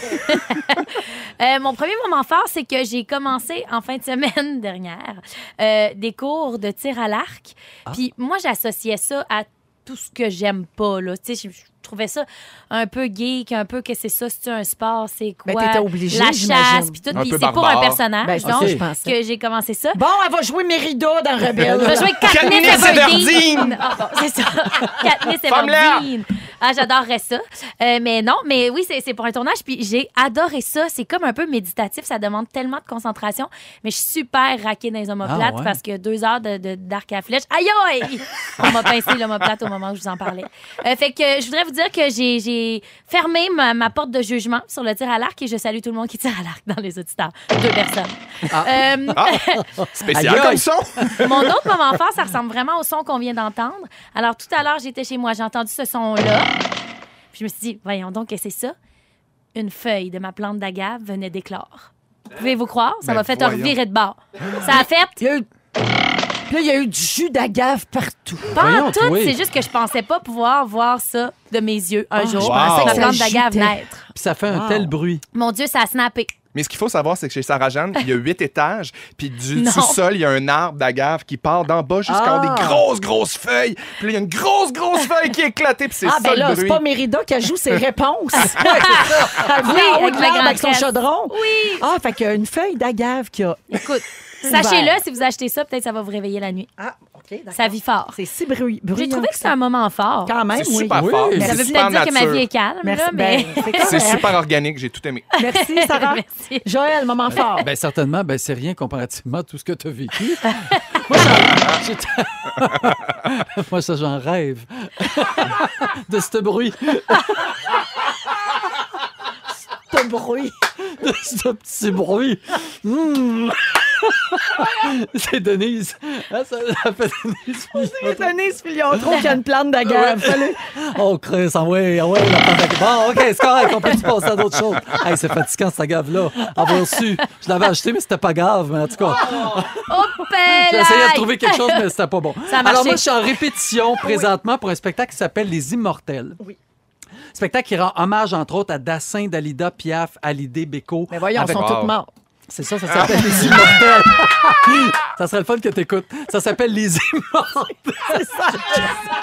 S6: Euh, mon premier moment fort, c'est que j'ai commencé en fin de semaine dernière euh, des cours de tir à l'arc.
S5: Ah.
S6: Puis moi, j'associais ça à tout ce que j'aime pas. Là. Tu sais, Je, je trouvais ça un peu geek, un peu que c'est ça, c'est un sport, c'est quoi?
S4: Ben, t'étais obligée,
S6: La
S4: j'imagine.
S6: chasse, puis tout.
S5: Un
S6: Puis
S5: peu
S6: c'est pour un
S5: barbare.
S6: personnage,
S4: Ben, c'est
S6: donc,
S4: ça, je pensais.
S6: que j'ai commencé ça.
S4: Bon, elle va jouer Mérida dans Rebelle.
S6: Je vais jouer Katniss
S5: Katniss
S6: Everdeen.
S5: Everdeen.
S6: Ah, bon, c'est ça. Katniss
S5: Femme-la.
S6: Everdeen. Ah, j'adorerais ça. Euh, mais non, mais oui, c'est c'est pour un tournage. Puis j'ai adoré ça. C'est comme un peu méditatif. Ça demande tellement de concentration. Mais je suis super raquée dans les omoplates
S3: Ah ouais?
S6: parce que deux heures de, de- d'arc à flèche. Aïe, aïe! On m'a pincé l'omoplate au moment où je vous en parlais. Euh, fait que euh, je voudrais vous dire que j'ai, j'ai fermé ma, ma porte de jugement sur le tir à l'arc et je salue tout le monde qui tire à l'arc dans les auditeurs. Deux personnes.
S3: Ah.
S6: Euh,
S5: Spécial
S3: Aïe,
S5: comme
S3: aïe.
S5: son.
S6: mon autre moment fort, ça ressemble vraiment au son qu'on vient d'entendre. Alors, tout à l'heure, j'étais chez moi, j'ai entendu ce son-là. Puis je me suis dit, voyons donc, qu'est-ce que c'est ça? Une feuille de ma plante d'agave venait d'éclore. Pouvez-vous croire? Ça
S5: Ben,
S6: m'a fait
S5: voyons.
S6: revirer de bord. Ça a fait
S4: Il y a eu... Puis là, il y a eu du jus d'agave partout.
S6: pas en
S3: Voyons,
S6: tout.
S3: toi.
S6: C'est juste que je pensais pas pouvoir voir ça de mes yeux un jour.
S4: je
S5: pensais
S6: Ma
S5: que ça
S6: plante d'agave
S4: jutait.
S6: naître.
S3: Puis ça fait un
S4: Wow.
S3: tel bruit.
S6: Mon Dieu, ça a snappé.
S5: Mais ce qu'il faut savoir, c'est que chez Sarah Jeanne, il y a huit étages, puis du
S6: Non.
S5: sous-sol, il y a un arbre d'agave qui part d'en bas jusqu'en
S3: Ah.
S5: des grosses, grosses feuilles. Puis là, il y a une grosse, grosse feuille qui est éclatée, puis c'est
S4: Ah,
S5: ça
S4: ben là,
S5: le
S4: c'est
S5: bruit.
S4: pas Mérida qui joue ses réponses. Elle vient en haut
S6: avec
S4: de
S6: la
S4: l'arbre avec son
S6: grande
S4: chaudron. Oui. Ah, fait qu'il y a une feuille d'agave qui a.
S6: Écoute, sachez-le, si vous achetez ça, peut-être ça va vous réveiller la nuit.
S4: Ah, OK,
S6: Ça vit fort.
S4: C'est si bruyant.
S6: J'ai trouvé que c'était un moment fort.
S4: Quand même,
S5: C'est
S4: oui.
S5: super
S3: Oui.
S5: fort.
S3: Ça
S5: c'est
S6: Ça veut
S5: super
S6: peut-être dire que ma
S5: nature.
S6: vie est calme,
S4: Merci.
S6: là, mais...
S4: Ben, c'est
S5: C'est
S4: correct.
S5: super organique, j'ai tout aimé.
S4: Merci, Sarah.
S6: Merci.
S4: Joël, moment fort.
S3: Ben certainement, ben c'est rien comparativement à tout ce que tu as vécu. Moi, j'en- j'étais- Moi, ça, j'en rêve. de ce bruit,
S4: Pas de bruit.
S3: de ce petit bruit. Hmm. c'est Denise. Ah, ça, ça fait Denise.
S5: ben,
S4: Denise Filion-Tro qui a une plante d'agave. Salut.
S3: Oh, Chris, ah ouais, ah ouais, la pandémie. Bon, OK, c'est correct, on peut plus passer à d'autres choses. Hey, c'est fatigant, cette gave-là. Avoir su, je l'avais acheté, mais c'était pas grave, mais en tout cas.
S6: Oh,
S3: J'ai essayé de
S6: Ah,
S3: trouver quelque chose, mais c'était pas bon.
S6: Ça a marché.
S3: Alors, moi, je suis en répétition présentement pour un spectacle qui s'appelle Les Immortels.
S4: Oui.
S3: Spectacle qui rend hommage, entre autres, à Dassin, Dalida, Piaf, Hallyday, Beko.
S4: Mais voyons, ils
S3: Avec-
S4: sont
S5: Wow.
S4: toutes morts.
S3: C'est ça, ça s'appelle Les Immortels. ça serait le fun que t'écoutes. Ça s'appelle Les Immortels.
S4: C'est ça.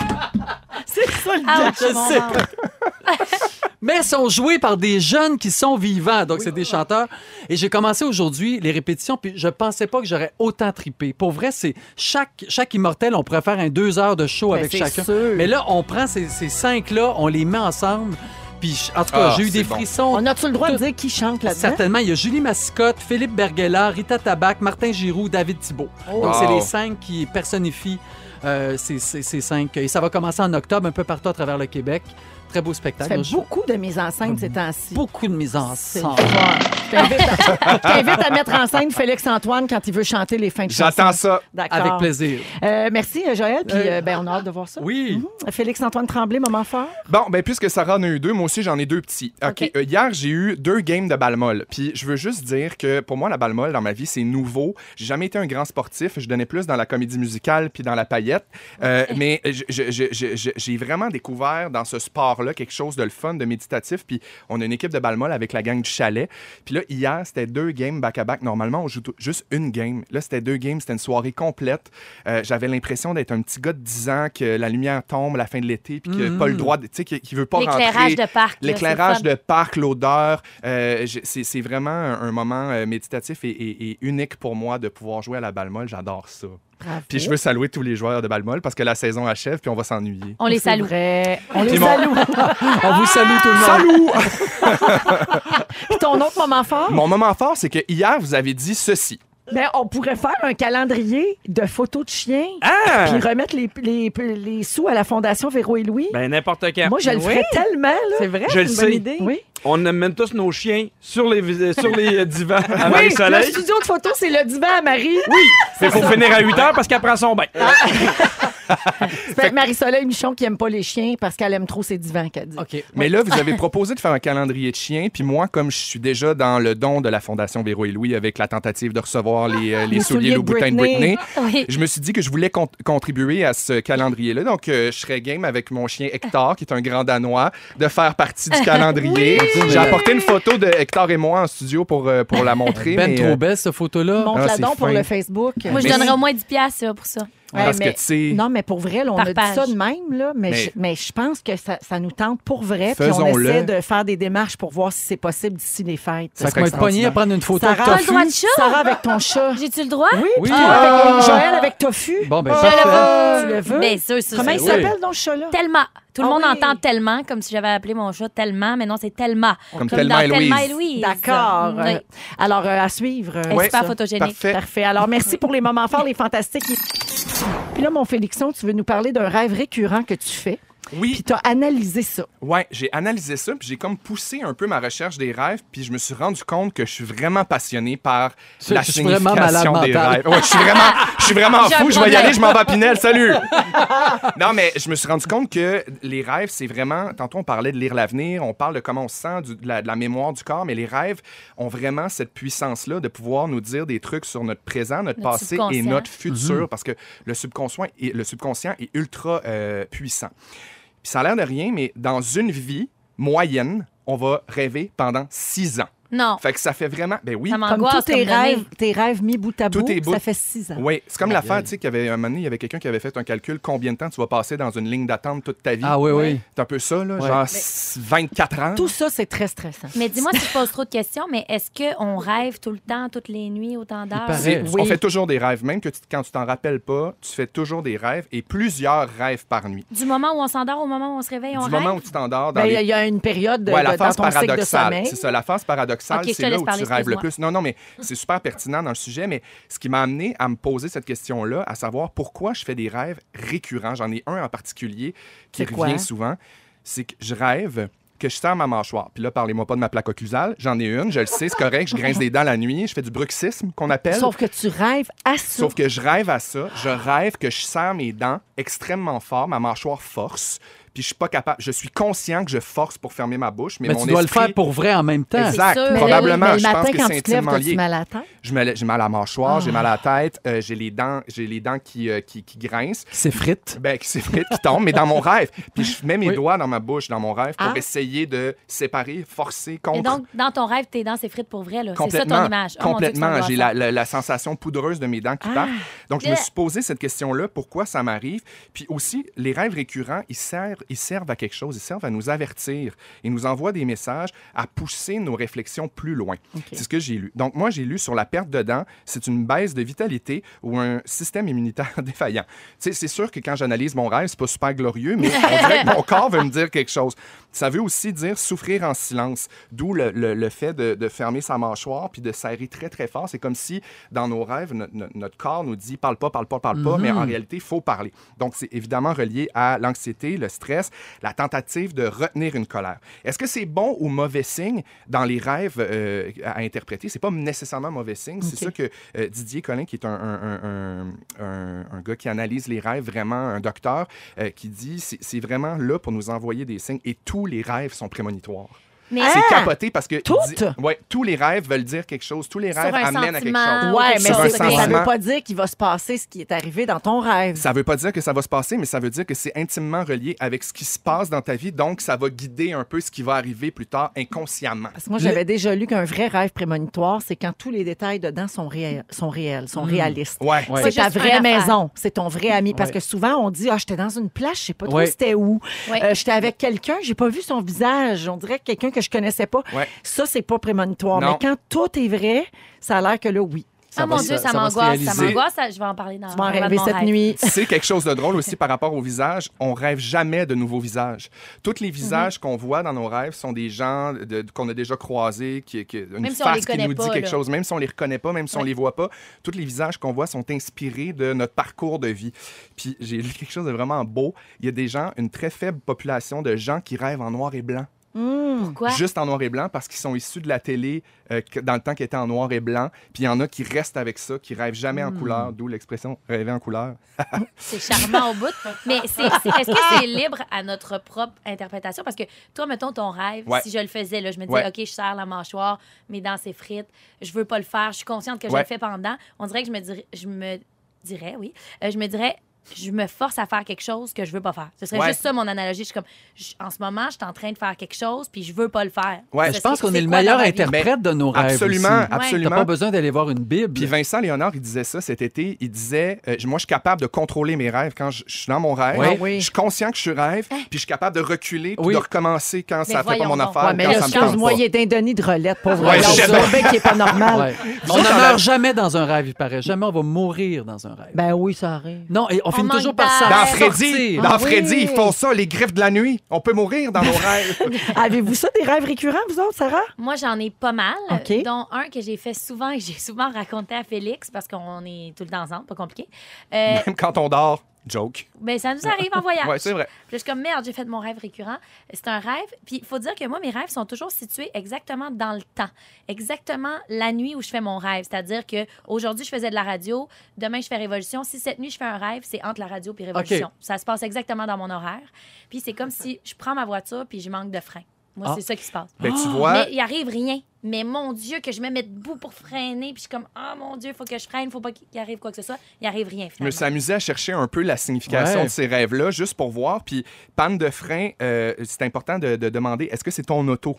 S4: C'est ça le
S6: Ah,
S4: gars.
S6: je
S3: Je sais mais sont joués par des jeunes qui sont vivants. Donc, c'est des chanteurs. Et j'ai commencé aujourd'hui les répétitions, puis je pensais pas que j'aurais autant tripé. Pour vrai, c'est chaque, chaque immortel, on pourrait faire un deux heures de show
S4: Ben,
S3: avec
S4: c'est
S3: chacun.
S4: sûr.
S3: Mais là, on prend ces, ces cinq-là, on les met ensemble. Puis, je- en tout cas,
S5: Ah,
S3: j'ai eu
S5: c'est
S3: des
S5: bon.
S3: frissons.
S4: On a-tu le droit de dire qui chante là-dedans?
S3: Certainement, il y a Julie Mascotte, Philippe Berguela, Rita Tabac, Martin Giroux, David Thibault. Donc, c'est
S5: Wow.
S3: les cinq qui personnifient euh, ces, ces- ces cinq. Et ça va commencer en octobre, un peu partout à travers le Québec. Très beau
S4: Ça
S3: spectacle.
S4: fait
S3: Je-
S4: beaucoup de mises en scène ces temps-ci.
S3: beaucoup de mise en
S4: C'est
S3: scène.
S4: le fun. Je t'invite à- je t'invite à mettre en scène Félix-Antoine quand il veut chanter les fins de chansons.
S5: J'attends ça.
S4: D'accord.
S3: Avec plaisir.
S4: Euh, merci, euh, Joël. Puis
S3: Euh,
S4: euh, ben, on a hâte de voir ça.
S3: Oui.
S4: Mhm. Félix-Antoine Tremblay, moment fort.
S5: Bon, ben puisque Sarah en a eu deux, moi aussi j'en ai deux petits. OK,
S6: OK.
S5: euh, hier j'ai eu deux games de balle molle. Puis je veux juste dire que pour moi la balle molle dans ma vie c'est nouveau. J'ai jamais été un grand sportif, je donnais plus dans la comédie musicale puis dans la paillette. Euh, mais je- je- je- je- je- j'ai vraiment découvert dans ce sport-là quelque chose de le fun, de méditatif. Puis on a une équipe de balle molle avec la gang du chalet. Puis là hier c'était deux games back-à-back. Normalement on joue tout- juste une game. Là c'était deux games, c'était une soirée complète. Euh, J'avais l'impression d'être un petit gars de 10 ans que la lumière tombe à la fin de l'été puis que pas le droit, de- tu sais, qui, qui veut pas
S6: Mm-hmm. L'éclairage
S5: rentrer.
S6: de parc, là,
S5: L'éclairage
S6: c'est le
S5: de parc, l'odeur. euh, je- c'est c'est vraiment un, un moment euh, méditatif et, et- et unique pour moi de pouvoir jouer à la balle molle. J'adore ça.
S4: Bravo.
S5: Puis
S6: Oh.
S5: je veux saluer tous les joueurs de balle molle parce que la saison achève puis on va s'ennuyer.
S6: On les
S4: C'est
S6: salue.
S4: vrai. On les
S5: Clément.
S4: salue.
S3: On vous salue tout le monde.
S5: Salut!
S4: Puis ton autre moment fort,
S5: Mon moment fort, c'est que hier, vous avez dit ceci.
S4: ben, on pourrait faire un calendrier de photos de chiens
S7: Ah!
S4: puis remettre les, les, les sous à la Fondation Véro et Louis.
S7: Ben, n'importe quand.
S4: Moi, je le
S7: Oui.
S4: ferais tellement. Là.
S8: C'est vrai,
S7: Je
S8: c'est
S7: le
S8: une
S7: sais.
S8: bonne idée.
S4: Oui.
S7: On amène tous nos chiens sur les, vis- euh, sur les euh, divans à
S4: Oui, le
S7: Marie-Soleil.
S4: studio de photos, c'est le divan à Marie.
S7: Oui, mais faut finir à 8 heures parce qu'elle prend son bain.
S4: Ah, C'est Ben, Marie-Soleil Michon qui aime pas les chiens parce qu'elle aime trop ses divans, qu'elle dit.
S3: OK.
S5: Mais là, vous avez proposé de faire un calendrier de chiens, puis moi, comme je suis déjà dans le don de la Fondation Véro et Louis avec la tentative de recevoir les, euh, les
S4: Les
S5: souliers
S4: souliers
S5: Louboutin de
S4: Britney.
S5: Britney,
S6: Ah, Oui.
S5: je me suis dit que je voulais con- contribuer à ce calendrier-là. Donc, euh, je serais game avec mon chien Hector, qui est un grand Danois, de faire partie du calendrier. J'ai apporté une photo de Hector et moi en studio pour, euh, pour la montrer.
S3: Ben
S5: mais,
S3: trop
S5: euh,
S3: belle, cette photo-là.
S4: Montre
S5: Ah,
S4: la
S5: c'est
S4: don pour
S5: fin.
S4: le Facebook.
S6: Moi, je
S5: Mais-
S6: donnerais au moins 10 piastres là, pour ça.
S4: Ouais,
S5: Parce
S4: mais-
S5: que, tu sais,
S4: Non, mais pour vrai, là, on
S6: Par
S4: a
S6: page.
S4: dit ça de même, là, mais,
S5: Mais-
S4: Je, mais je pense que ça, ça nous tente pour vrai. Puis on
S5: Faisons-le.
S4: essaie de faire des démarches pour voir si c'est possible d'ici les fêtes.
S3: Ça va être pogné à prendre une photo
S4: Sarah,
S3: de
S6: T'as le droit de
S3: tofu.
S6: chat?
S4: Sarah avec ton chat.
S6: J'ai-tu le droit?
S4: Oui,
S3: Oui.
S4: puis toi,
S3: Ah!
S4: avec Joël avec tofu.
S3: Bon, ben,
S4: Ah!
S3: parfait.
S4: Tu le veux?
S6: Bien Ben, sûr, sûr,
S4: Comment il
S6: sûr.
S3: oui.
S4: s'appelle, ton chat-là?
S6: Tellement. Tout le
S4: Ah
S6: monde
S4: oui.
S6: entend tellement, comme si j'avais appelé mon chat tellement, mais non, c'est tellement.
S5: Comme Thelma
S6: dans
S5: et
S6: Thelma
S5: Louise.
S4: D'accord.
S6: Oui.
S4: Euh, Alors, euh, à suivre. euh,
S6: Elle est
S5: Ouais.
S6: super
S4: ça.
S6: photogénique.
S5: parfait.
S4: Parfait. Alors, merci pour les moments forts, les fantastiques. Puis là, mon Félixon, tu veux nous parler d'un rêve récurrent que tu fais.
S5: Oui,
S4: Puis tu as analysé ça.
S5: ouais, j'ai analysé ça, puis j'ai comme poussé un peu ma recherche des rêves, puis je me suis rendu compte que je suis vraiment passionné par
S3: Tu-
S5: la
S3: tu es vraiment malade
S5: signification des
S3: mental.
S5: rêves. Ouais, je suis vraiment, je suis vraiment
S6: J'ai un
S5: fou, je vais y
S6: problème.
S5: aller, je m'en vais à Pinel, salut! non, mais je me suis rendu compte que les rêves, c'est vraiment. Tantôt, on parlait de lire l'avenir, on parle de comment on se sent, du- de, la, de la mémoire du corps, mais les rêves ont vraiment cette puissance-là de pouvoir nous dire des trucs sur notre présent, notre,
S6: Notre
S5: passé et
S6: subconscient.
S5: notre futur, parce que le subconscient est, le subconscient est ultra euh, puissant. Puis ça a l'air de rien, mais dans une vie moyenne, on va rêver pendant six ans.
S6: Non,
S5: Fait que ça fait vraiment. Ben oui.
S6: ça
S4: Comme
S6: m'angoisse.
S4: tous tes
S6: comme donné.
S4: rêves, tes rêves mis bout à
S5: Tout
S4: bout,
S5: est bout.
S4: ça fait six ans.
S5: Oui, c'est comme l'affaire, tu sais, qu'il y avait un moment donné, il y avait quelqu'un qui avait fait un calcul combien de temps tu vas passer dans une ligne d'attente toute ta vie.
S3: Ah oui, oui.
S5: C'est un peu ça, là,
S3: Ouais.
S5: genre s- 24 ans.
S4: Tout ça, c'est très stressant.
S6: Mais dis-moi si je pose trop de questions, mais est-ce qu'on rêve tout le temps, toutes les nuits, autant d'heures?
S3: paraît.
S5: C'est- On
S4: Oui.
S5: fait toujours des rêves, même que tu- quand tu t'en rappelles pas, tu fais toujours des rêves et plusieurs rêves par nuit.
S6: Du moment où on s'endort au moment où on se réveille, on
S5: du
S6: rêve?
S5: moment où tu t'endors, dans
S4: Ben,
S5: les-
S4: Il y a- il y a une période de,
S5: Ouais,
S4: de-
S5: la
S4: dans
S5: phase
S4: ton cycle de
S5: paradoxale.
S4: sommeil.
S5: C'est ça, la phase paradoxale,
S6: Ok, je te
S5: c'est là
S6: laisse
S5: où
S6: parler,
S5: tu rêves le
S6: excuse-moi.
S5: plus. Non, non, mais c'est super pertinent dans le sujet, mais ce qui m'a amené à me poser cette question-là, à savoir pourquoi je fais des rêves récurrents. J'en ai un en particulier qui
S4: C'est quoi?
S5: revient souvent. C'est que je rêve que je serre ma mâchoire. Puis là, parlez-moi pas de ma plaque occlusale. J'en ai une, je le sais, c'est correct. Je grince des dents la nuit. Je fais du bruxisme, qu'on appelle.
S4: Sauf que tu rêves à ça.
S5: Sauf que je rêve à ça. Je rêve que je serre mes dents extrêmement fort, ma mâchoire force. Puis je suis pas capable. Je suis conscient que je force pour fermer ma bouche, mais,
S3: Mais
S5: mon
S3: tu dois le
S5: esprit-
S3: faire pour vrai en même temps.
S6: Exact.
S5: Exact,
S6: sûr.
S4: Mais
S5: probablement.
S4: le- mais
S5: je
S4: le
S5: pense
S4: matin,
S5: que
S4: quand
S5: c'est
S4: tu te lèves,
S5: intimement
S4: t'as-tu
S5: lié.
S4: mal Ah. à la tête?
S5: Je me lè- J'ai mal à la mâchoire, j'ai mal à la tête, euh, j'ai les dents, j'ai les dents qui, euh, qui, qui grincent,
S3: C'est frite.
S5: ben, qui s'effritent, qui tombent, mais dans mon rêve. Puis je mets mes
S3: Oui.
S5: doigts dans ma bouche, dans mon rêve, pour
S4: Ah.
S5: essayer de séparer, forcer,
S6: Et
S5: contre.
S6: donc, dans ton rêve, tes dents s'effritent pour vrai, là. C'est ça
S5: Complètement.
S6: ton
S4: Ah,
S6: image. Oh, mon Dieu, que
S5: complètement.
S6: c'est
S5: J'ai la, la- la sensation poudreuse de mes dents qui partent. Donc, je me
S6: Bleh.
S5: suis posé cette question-là, pourquoi ça m'arrive. Puis aussi, les rêves récurrents, ils servent, ils servent à quelque chose. Ils servent à nous avertir. Ils nous envoient des messages à pousser nos réflexions plus loin. C'est ce que j'ai lu. Donc, moi, j'ai lu sur la perte de dents, c'est une baisse de vitalité ou un système immunitaire défaillant. Tu sais, c'est sûr que quand j'analyse mon rêve, c'est pas super glorieux, mais on dirait que mon corps veut me dire quelque chose. Ça veut aussi dire souffrir en silence, d'où le, le- le fait de, de fermer sa mâchoire puis de serrer très, très fort. C'est comme si, dans nos rêves, no- no- notre corps nous dit parle pas, parle pas, parle pas, mais en réalité, il faut parler. Donc, c'est évidemment relié à l'anxiété, le stress, la tentative de retenir une colère. Est-ce que c'est bon ou mauvais signe dans les rêves euh, à à interpréter? C'est pas nécessairement mauvais signe. C'est ça que euh, Didier Collin, qui est un, un- un- un- un- un gars qui analyse les rêves, vraiment un docteur, euh, qui dit c'est c'est vraiment là pour nous envoyer des signes et tous les rêves sont prémonitoires.
S6: Mais
S5: C'est capoté parce que il
S4: Toutes?
S5: dit- ouais, tous les rêves veulent dire quelque chose. Tous les
S6: Sur
S5: rêves
S6: un
S5: amènent à quelque
S6: sentiment.
S5: chose.
S6: ou
S4: Ouais, mais
S6: quelque
S5: chose.
S4: c'est- mais ça ne
S5: Sincèrement.
S4: veut pas dire qu'il va se passer ce qui est arrivé dans ton rêve.
S5: Ça veut pas dire que ça va se passer, mais ça veut dire que c'est intimement relié avec ce qui se passe dans ta vie. Donc, ça va guider un peu ce qui va arriver plus tard inconsciemment.
S4: Parce que moi, j'avais déjà lu qu'un vrai rêve prémonitoire, c'est quand tous les détails dedans sont, réels, sont réels, sont réalistes.
S5: Ouais.
S3: Hmm. Ouais.
S4: C'est ta
S6: Juste
S4: vraie
S6: une
S4: maison, c'est ton vrai ami. Parce
S3: Ouais.
S4: que souvent, on dit Ah, j'étais dans une plage, je sais pas trop
S3: Ouais.
S4: c'était où.
S6: Ouais.
S4: Euh, j'étais avec quelqu'un, j'ai pas vu son visage. On dirait quelqu'un que je connaissais pas.
S5: Ouais.
S4: Ça, c'est pas prémonitoire.
S5: Non.
S4: Mais quand tout est vrai, ça a l'air que là, oui.
S6: Ah mon
S3: va se-
S6: Dieu, ça
S3: ça va se
S6: m'angoisse, ça
S3: réaliser.
S6: m'angoisse. ça- Je vais en parler dans
S4: Tu vas en
S6: dans
S4: rêver
S6: mon
S4: cette
S6: rêve.
S4: nuit.
S5: C'est quelque chose de drôle aussi par rapport au visage. On rêve jamais de nouveaux visages. Tous les visages qu'on voit dans nos rêves sont des gens de- qu'on a déjà croisés, qui, qui- une
S6: Même si on les
S5: face qui
S6: connaît
S5: nous dit
S6: pas,
S5: quelque
S6: là.
S5: chose, même si on les reconnaît pas, même si on
S6: Ouais.
S5: les voit pas. Tous les visages qu'on voit sont inspirés de notre parcours de vie. Puis j'ai lu quelque chose de vraiment beau. Il y a des gens, une très faible population de gens qui rêvent en noir et blanc.
S6: Pourquoi?
S5: juste en noir et blanc parce qu'ils sont issus de la télé euh, que- dans le temps qui était en noir et blanc. Puis il y en a qui restent avec ça, qui rêvent jamais
S6: Hmm.
S5: en couleur, d'où l'expression rêver en couleur.
S6: C'est charmant au bout. Mais c'est- c'est- est-ce que c'est libre à notre propre interprétation? Parce que toi, mettons ton rêve,
S5: Ouais.
S6: si je le faisais, là, je me disais,
S5: Ouais.
S6: OK, je serre la mâchoire, mes dents s'effritent, je veux pas le faire, je suis consciente que je
S5: Ouais.
S6: le fais pendant. On dirait que je me dirais, je me dirais oui, euh, je me dirais, je me force à faire quelque chose que je veux pas faire. Ce serait
S5: Ouais.
S6: juste ça mon analogie. Je suis comme, je- en ce moment, je suis en train de faire quelque chose, puis je veux pas le faire.
S5: Ouais.
S6: Ça,
S3: Je
S6: c'est-
S3: pense qu'on
S6: c'est
S3: est le
S6: quoi
S3: meilleur
S6: dans ma vie?
S3: interprète de nos rêves.
S5: Absolument,
S3: aussi.
S5: absolument.
S3: T'as pas besoin d'aller voir une Bible.
S5: Puis Vincent Léonard, il disait ça cet été. Il disait euh, Moi, je suis capable de contrôler mes rêves quand je, je suis dans mon rêve.
S4: Ouais. Ah oui.
S5: Je suis conscient que je suis rêve, puis je suis capable de reculer puis
S3: Oui.
S5: de recommencer quand ça fait pas
S6: Hein? voyons
S5: mon
S6: donc.
S5: affaire.
S4: Ouais, mais
S5: quand
S4: là,
S5: ça me tente
S4: excuse-moi,
S5: pas.
S4: il est d'un Denis de relette, pauvre.
S5: Ouais,
S4: Ouais,
S5: je sais
S4: c'est un bec qui est pas normal.
S3: Ouais. On ne meurt jamais dans un rêve, il paraît. Jamais on va mourir dans un rêve.
S4: Ben oui, ça arrive.
S3: non, et on, finit
S6: manque
S3: toujours par
S6: d'air.
S3: ça.
S5: Dans
S6: Ah,
S5: Freddy,
S3: sortir.
S5: dans
S6: Ah oui.
S5: Freddy, ils font ça, les griffes de la nuit. On peut mourir dans nos rêves.
S4: Avez-vous ça, des rêves récurrents, vous autres, Sarah?
S6: Moi, j'en ai pas mal,
S4: OK.
S6: dont un que j'ai fait souvent et que j'ai souvent raconté à Félix parce qu'on est tout le temps ensemble, pas compliqué. Euh,
S5: Même quand on dort, joke.
S6: ben, ça nous arrive en voyage.
S5: Ouais, c'est vrai.
S6: Puis là, je suis comme, merde, j'ai fait de mon rêve récurrent. C'est un rêve. Puis il faut dire que moi, mes rêves sont toujours situés exactement dans le temps, exactement la nuit où je fais mon rêve. C'est-à-dire que aujourd'hui, je faisais de la radio, demain, je fais Révolution. Si cette nuit, je fais un rêve, c'est entre la radio puis Révolution. Ça se passe exactement dans mon horaire. Puis c'est comme si je prends ma voiture puis je manque de frein. Moi,
S3: Ah.
S6: c'est ça qui se passe.
S5: Ben, tu vois,
S6: Mais il arrive rien. Mais mon Dieu, que je me mets debout pour freiner. Puis je suis comme, ah mon Dieu, faut que je freine, faut pas qu'il arrive quoi que ce soit. Il arrive rien
S5: je me
S6: finalement.
S5: suis amusé à chercher un peu la signification
S3: Ouais.
S5: de ces rêves-là, juste pour voir. Puis, panne de frein, euh, c'est important de, de demander est-ce que c'est ton auto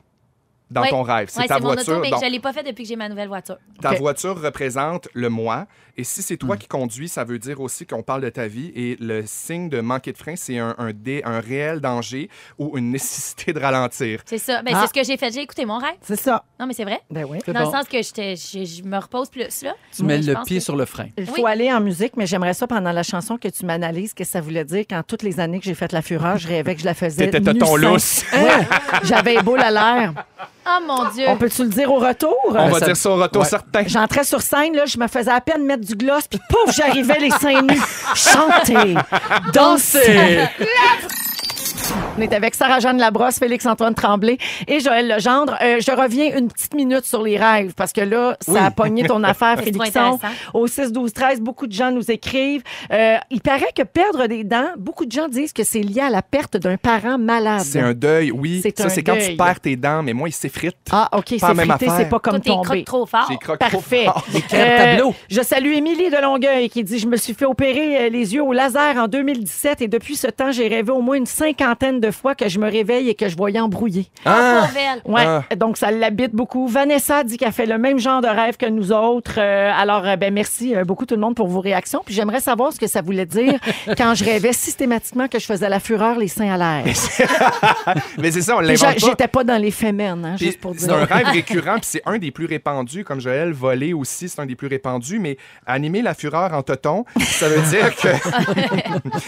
S5: dans
S6: Ouais.
S5: ton rêve C'est
S6: Ouais,
S5: ta
S6: c'est mon
S5: voiture.
S6: auto, mais
S5: Donc,
S6: je l'ai pas fait depuis que j'ai ma nouvelle voiture.
S5: Ta
S4: Ok. Hmm.
S5: voiture représente le moi. Et si c'est toi qui conduis, ça veut dire aussi qu'on parle de ta vie. Et le signe de manquer de frein, c'est un, un, dé- un réel danger ou une nécessité de ralentir.
S6: C'est ça. Ben,
S4: Ah.
S6: C'est ce que j'ai fait. J'ai écouté mon rêve.
S4: C'est ça.
S6: Non, mais c'est vrai.
S4: Ben oui.
S3: C'est
S6: Dans
S3: bon.
S6: le sens que j'étais- je, je me repose plus, là.
S3: Tu mets
S6: Mais je
S3: le
S6: pense
S3: pied
S6: que-
S3: sur le frein.
S4: Il faut
S6: Oui.
S4: aller en musique, mais j'aimerais ça pendant la chanson que tu m'analyses, que ça voulait dire quand toutes les années que j'ai fait la fureur, je rêvais que je la faisais.
S5: T'étais
S4: nue
S5: ton
S4: seins.
S5: lousse.
S4: Hein? J'avais les boules à l'air.
S6: Oh mon Dieu.
S4: On peut-tu le dire au retour?
S5: On
S3: Euh,
S5: va
S3: ça-
S5: dire ça au retour
S3: Ouais.
S5: certain.
S4: J'entrais sur scène, là, je me faisais à peine mettre du gloss, puis pouf, j'arrivais les seins nus. Chanter, danser. On est avec Sarah-Jeanne Labrosse, Félix-Antoine Tremblay et Joël Legendre. Euh, je reviens une petite minute sur les rêves, parce que là, ça a pogné ton affaire, Félixon.
S6: trop intéressant.
S4: Au 6-12-13, beaucoup de gens nous écrivent. Euh, il paraît que perdre des dents, beaucoup de gens disent que c'est lié à la perte d'un parent malade.
S5: C'est un deuil, oui.
S4: C'est
S5: Ça,
S4: un
S5: c'est quand tu
S4: deuil.
S5: perds tes dents, mais moi, il s'effrite.
S4: Ah, OK,
S5: Pas la
S4: c'est
S5: même
S4: frité,
S5: affaire.
S4: c'est pas comme
S6: Toi, t'es
S4: tomber.
S6: croque trop fort.
S5: J'ai croque trop
S4: Parfait. Euh,
S5: fort.
S3: crêpes tableau.
S4: je salue Émilie de Longueuil qui dit Je me suis fait opérer euh, les yeux au laser en 2017 et depuis ce temps, j'ai rêvé au moins une cinquantaine de fois que je me réveille et que je voyais embrouillé.
S5: Ah!
S6: Pauvelle.
S4: Ouais,
S5: Ah.
S4: donc ça l'habite beaucoup. Vanessa dit qu'elle fait le même genre de rêve que nous autres. Euh, alors, euh, ben merci euh, beaucoup tout le monde pour vos réactions. Puis j'aimerais savoir ce que ça voulait dire quand je rêvais systématiquement que je faisais la fureur les seins à l'air.
S5: Mais c'est ça, on
S4: Puis j'a-
S5: l'invente pas.
S4: J'étais pas dans les fémères, hein,
S5: Puis
S4: juste pour
S5: C'est un
S4: dire.
S5: rêve récurrent, puis c'est un des plus répandus. Comme Joël, voler aussi, c'est un des plus répandus. Mais animer la fureur en toton, ça veut dire que.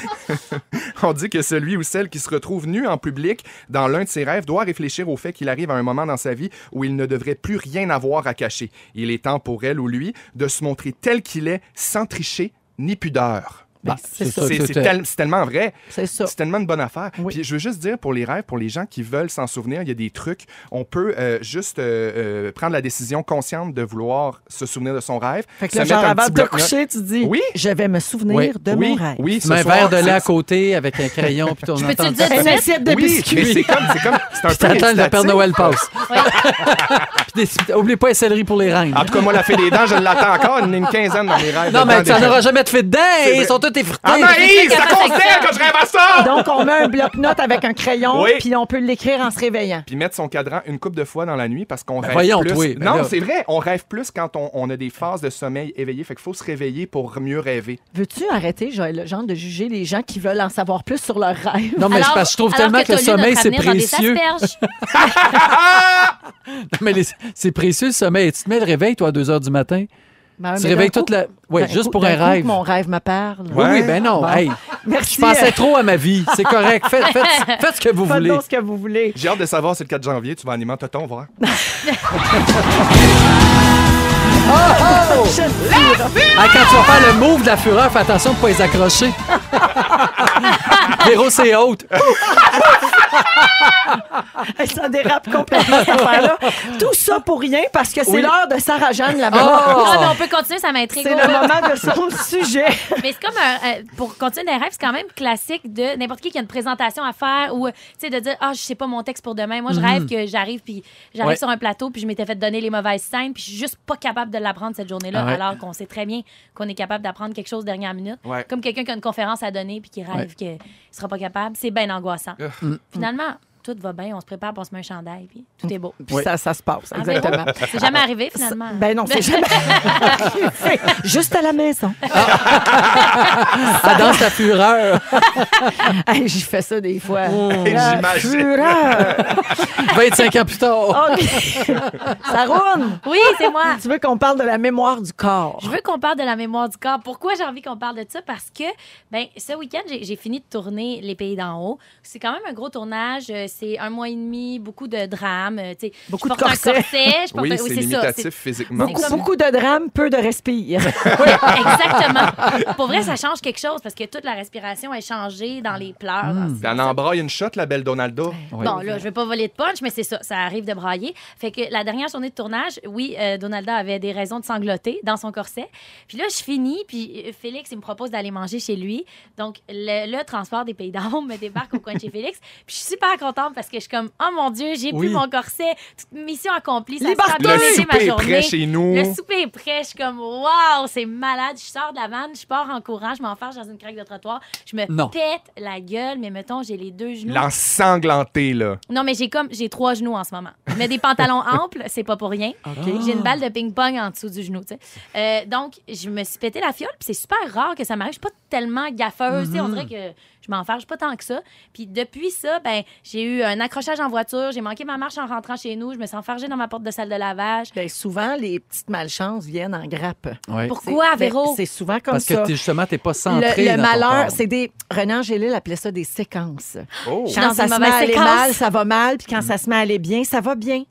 S5: On dit que celui ou celle qui se retrouve nu en public dans l'un de ses rêves doit réfléchir au fait qu'il arrive à un moment dans sa vie où il ne devrait plus rien avoir à cacher. Il est temps pour elle ou lui de se montrer tel qu'il est, sans tricher ni pudeur.
S4: Ben,
S3: Bah,
S4: c'est
S3: c'est
S4: ça,
S3: ça.
S5: C'est c'est tel- c'est tellement vrai.
S4: C'est ça.
S5: C'est tellement une bonne affaire.
S4: Oui.
S5: Puis je veux juste dire pour les rêves, pour les gens qui veulent s'en souvenir, il y a des trucs. On peut euh, juste euh, euh, prendre la décision consciente de vouloir se souvenir de son rêve.
S4: Fait que
S5: se
S4: là, genre,
S5: mettre un
S4: avant
S5: petit
S4: de te
S5: bloc-notes.
S4: coucher, tu dis
S5: Oui.
S4: Je vais me souvenir
S3: Oui,
S4: de
S5: oui,
S4: mon rêve.
S5: Oui, ce
S3: Tu mets un
S5: soir,
S3: verre de lait à
S5: c'est-
S3: côté avec un crayon, puis on
S6: Je peux-tu
S3: entend
S6: le dire
S4: Une
S6: tout de suite?
S4: assiette de
S5: Oui,
S4: biscuits.
S5: mais c'est comme, c'est comme, c'est un peu.
S3: T'attends le Père
S5: récitatif.
S3: Noël passe.
S6: Oui.
S3: Puis des- Oublie pas les céleri pour les reines.
S5: En tout cas, moi, la fée des dents, je l'attends encore. Il y en a une quinzaine dans mes rêves.
S3: Non, mais tu
S5: J'attends
S3: n'en
S5: des-
S3: auras jamais de fait dedans.
S5: C'est
S3: Ils
S5: vrai.
S3: sont tous effrités.
S5: Ah, Maïs, ça concerne que je rêve à ça!
S4: Donc, on met un bloc-notes avec un crayon,
S5: Oui.
S4: puis on peut l'écrire en se réveillant.
S5: Puis mettre son cadran une coupe de fois dans la nuit parce qu'on rêve
S3: voyons,
S5: plus.
S3: toi, ben
S5: non,
S3: là.
S5: c'est vrai, on rêve plus quand on, on a des phases de sommeil éveillé. Fait qu'il faut se réveiller pour mieux rêver.
S4: Veux-tu arrêter, Joël Legendre, de juger les gens qui veulent en savoir plus sur leurs rêves?
S3: Non, mais c'est
S6: Alors-
S3: parce que je trouve
S6: alors
S3: tellement que, le
S6: t'as lu
S3: sommeil,
S6: notre
S3: c'est
S6: avenir dans des
S3: précieux.
S6: asperges.
S3: Non, mais les- c'est précieux, le sommeil. Tu te mets le réveil, toi, à 2 h du matin.
S4: Ben,
S3: Tu
S4: mais
S3: réveilles
S4: d'un
S3: toute
S4: coup-
S3: la. Oui,
S4: d'un
S3: juste
S4: coup-
S3: pour
S4: d'un
S3: un
S4: coup,
S3: rêve.
S4: que Mon rêve me parle.
S3: Oui,
S5: Ouais.
S3: oui, ben non.
S4: Bon.
S3: Hey,
S4: Merci.
S3: je pensais trop à ma vie. C'est correct. Faites, faites- faites ce que vous
S4: Faites
S3: voulez.
S4: donc ce que vous voulez.
S5: J'ai hâte de savoir si le 4 janvier, tu vas animer Toton, voir.
S4: Oh.
S3: Ah, quand tu vas faire le move de la fureur, fais attention de ne pas les accrocher. Véro, c'est haute.
S4: Hey, ça dérape complètement, cette affaire-là. Tout ça pour rien, parce que c'est l'heure de Sarah-Jeanne
S3: Oh!
S4: là-bas.
S6: Ah, mais on peut continuer, ça m'intrigue.
S4: C'est le moment de son sujet.
S6: Mais c'est comme un, euh, pour continuer des rêves, c'est quand même classique de n'importe qui qui a une présentation à faire ou euh, tu sais de dire ah je sais pas mon texte pour demain. Moi je rêve que j'arrive puis j'arrive
S3: Ouais.
S6: sur un plateau puis je m'étais fait donner les mauvaises scènes puis je suis juste pas capable de l'apprendre cette journée-là
S3: Ah ouais.
S6: alors qu'on sait très bien qu'on est capable d'apprendre quelque chose dernière minute.
S5: Ouais.
S6: Comme quelqu'un qui a une conférence à donner puis qui rêve qu'il sera pas capable, c'est bien angoissant. Finalement tout va bien, on se prépare, puis on se met un chandail, puis tout est beau.
S4: Puis ça, ça se passe,
S6: En fait,
S4: exactement.
S6: C'est jamais arrivé, finalement.
S4: Ah, Ben non, c'est jamais arrivé. Juste à la maison.
S3: Ah, dans sa fureur.
S4: Hey, J'y fais ça des fois. La
S5: J'imagine.
S4: fureur.
S3: 25 ans plus tard.
S4: OK. Saroune,
S6: Oui, c'est moi.
S4: Ah, tu veux qu'on parle de la mémoire du corps?
S6: Je veux qu'on parle de la mémoire du corps. Pourquoi j'ai envie qu'on parle de ça? Parce que ben, ce week-end, j'ai j'ai fini de tourner Les Pays d'en haut. C'est quand même un gros tournage. Euh, C'est un mois et demi, beaucoup de drames. euh, tu sais,
S4: Beaucoup
S6: je
S4: de
S6: porte
S4: corsets.
S6: un corset. Je porte
S5: Oui,
S6: un-
S5: c'est
S6: ça,
S5: limitatif
S6: c'est-
S5: physiquement.
S4: Beaucoup,
S6: comme-
S4: beaucoup de drames, peu de respire.
S6: Oui, exactement. Pour vrai, ça change quelque chose parce que toute la respiration est changée dans les pleurs.
S4: Mm.
S6: dans-
S5: Puis Elle en braille une shot, la belle Donaldo.
S6: Bon, là, je vais pas voler de punch, mais c'est ça, ça arrive de brailler. Fait que la dernière journée de tournage, oui, euh, Donalda avait des raisons de sangloter dans son corset. Puis là, je finis, puis euh, Félix, il me propose d'aller manger chez lui. Donc, le, le transport des Pays d'Arôme me débarque au coin de chez Félix. Puis je suis super contente parce que je suis comme, oh mon Dieu, j'ai
S3: Oui.
S6: plus mon corset. Toute mission accomplie, ça
S4: Liberté!
S6: a
S5: Le
S6: bien été ma
S5: souper est
S6: journée.
S5: prêt chez nous.
S6: Le souper est prêt. Je suis comme, waouh, c'est malade. Je sors de la vanne, je pars en courant, je m'enferme dans une craque de trottoir. Je me
S3: Non.
S6: pète la gueule, mais mettons, j'ai les deux genoux.
S5: L'ensanglanté, là.
S6: Non, mais j'ai comme j'ai trois genoux en ce moment. Je mets des pantalons amples, c'est pas pour rien. J'ai une balle de ping-pong en dessous du genou. tu sais. Euh, donc, je me suis pété la fiole, puis c'est super rare que ça m'arrive. Je suis pas tellement gaffeuse. tu sais, On dirait que je m'en fâche pas tant que ça. Puis depuis ça, ben j'ai eu un accrochage en voiture, j'ai manqué ma marche en rentrant chez nous, je me suis enfargée dans ma porte de salle de lavage.
S4: Ben, souvent, les petites malchances viennent en grappe.
S3: Ouais.
S6: Pourquoi,
S4: C'est-
S6: Véro?
S4: ben, C'est souvent comme
S3: Parce que
S4: ça.
S3: t'es- justement, t'es pas
S4: Le,
S3: centré.
S4: le
S3: dans ton
S4: malheur,
S3: corps.
S4: c'est des. René Angélil appelait ça des séquences.
S5: Oh.
S6: Je suis
S4: Quand
S6: dans
S4: ça
S6: une
S4: se met
S6: mauvaise
S4: à aller
S6: séquence.
S4: mal, ça va mal, puis
S3: Mm.
S4: quand ça se met à aller bien, ça va bien.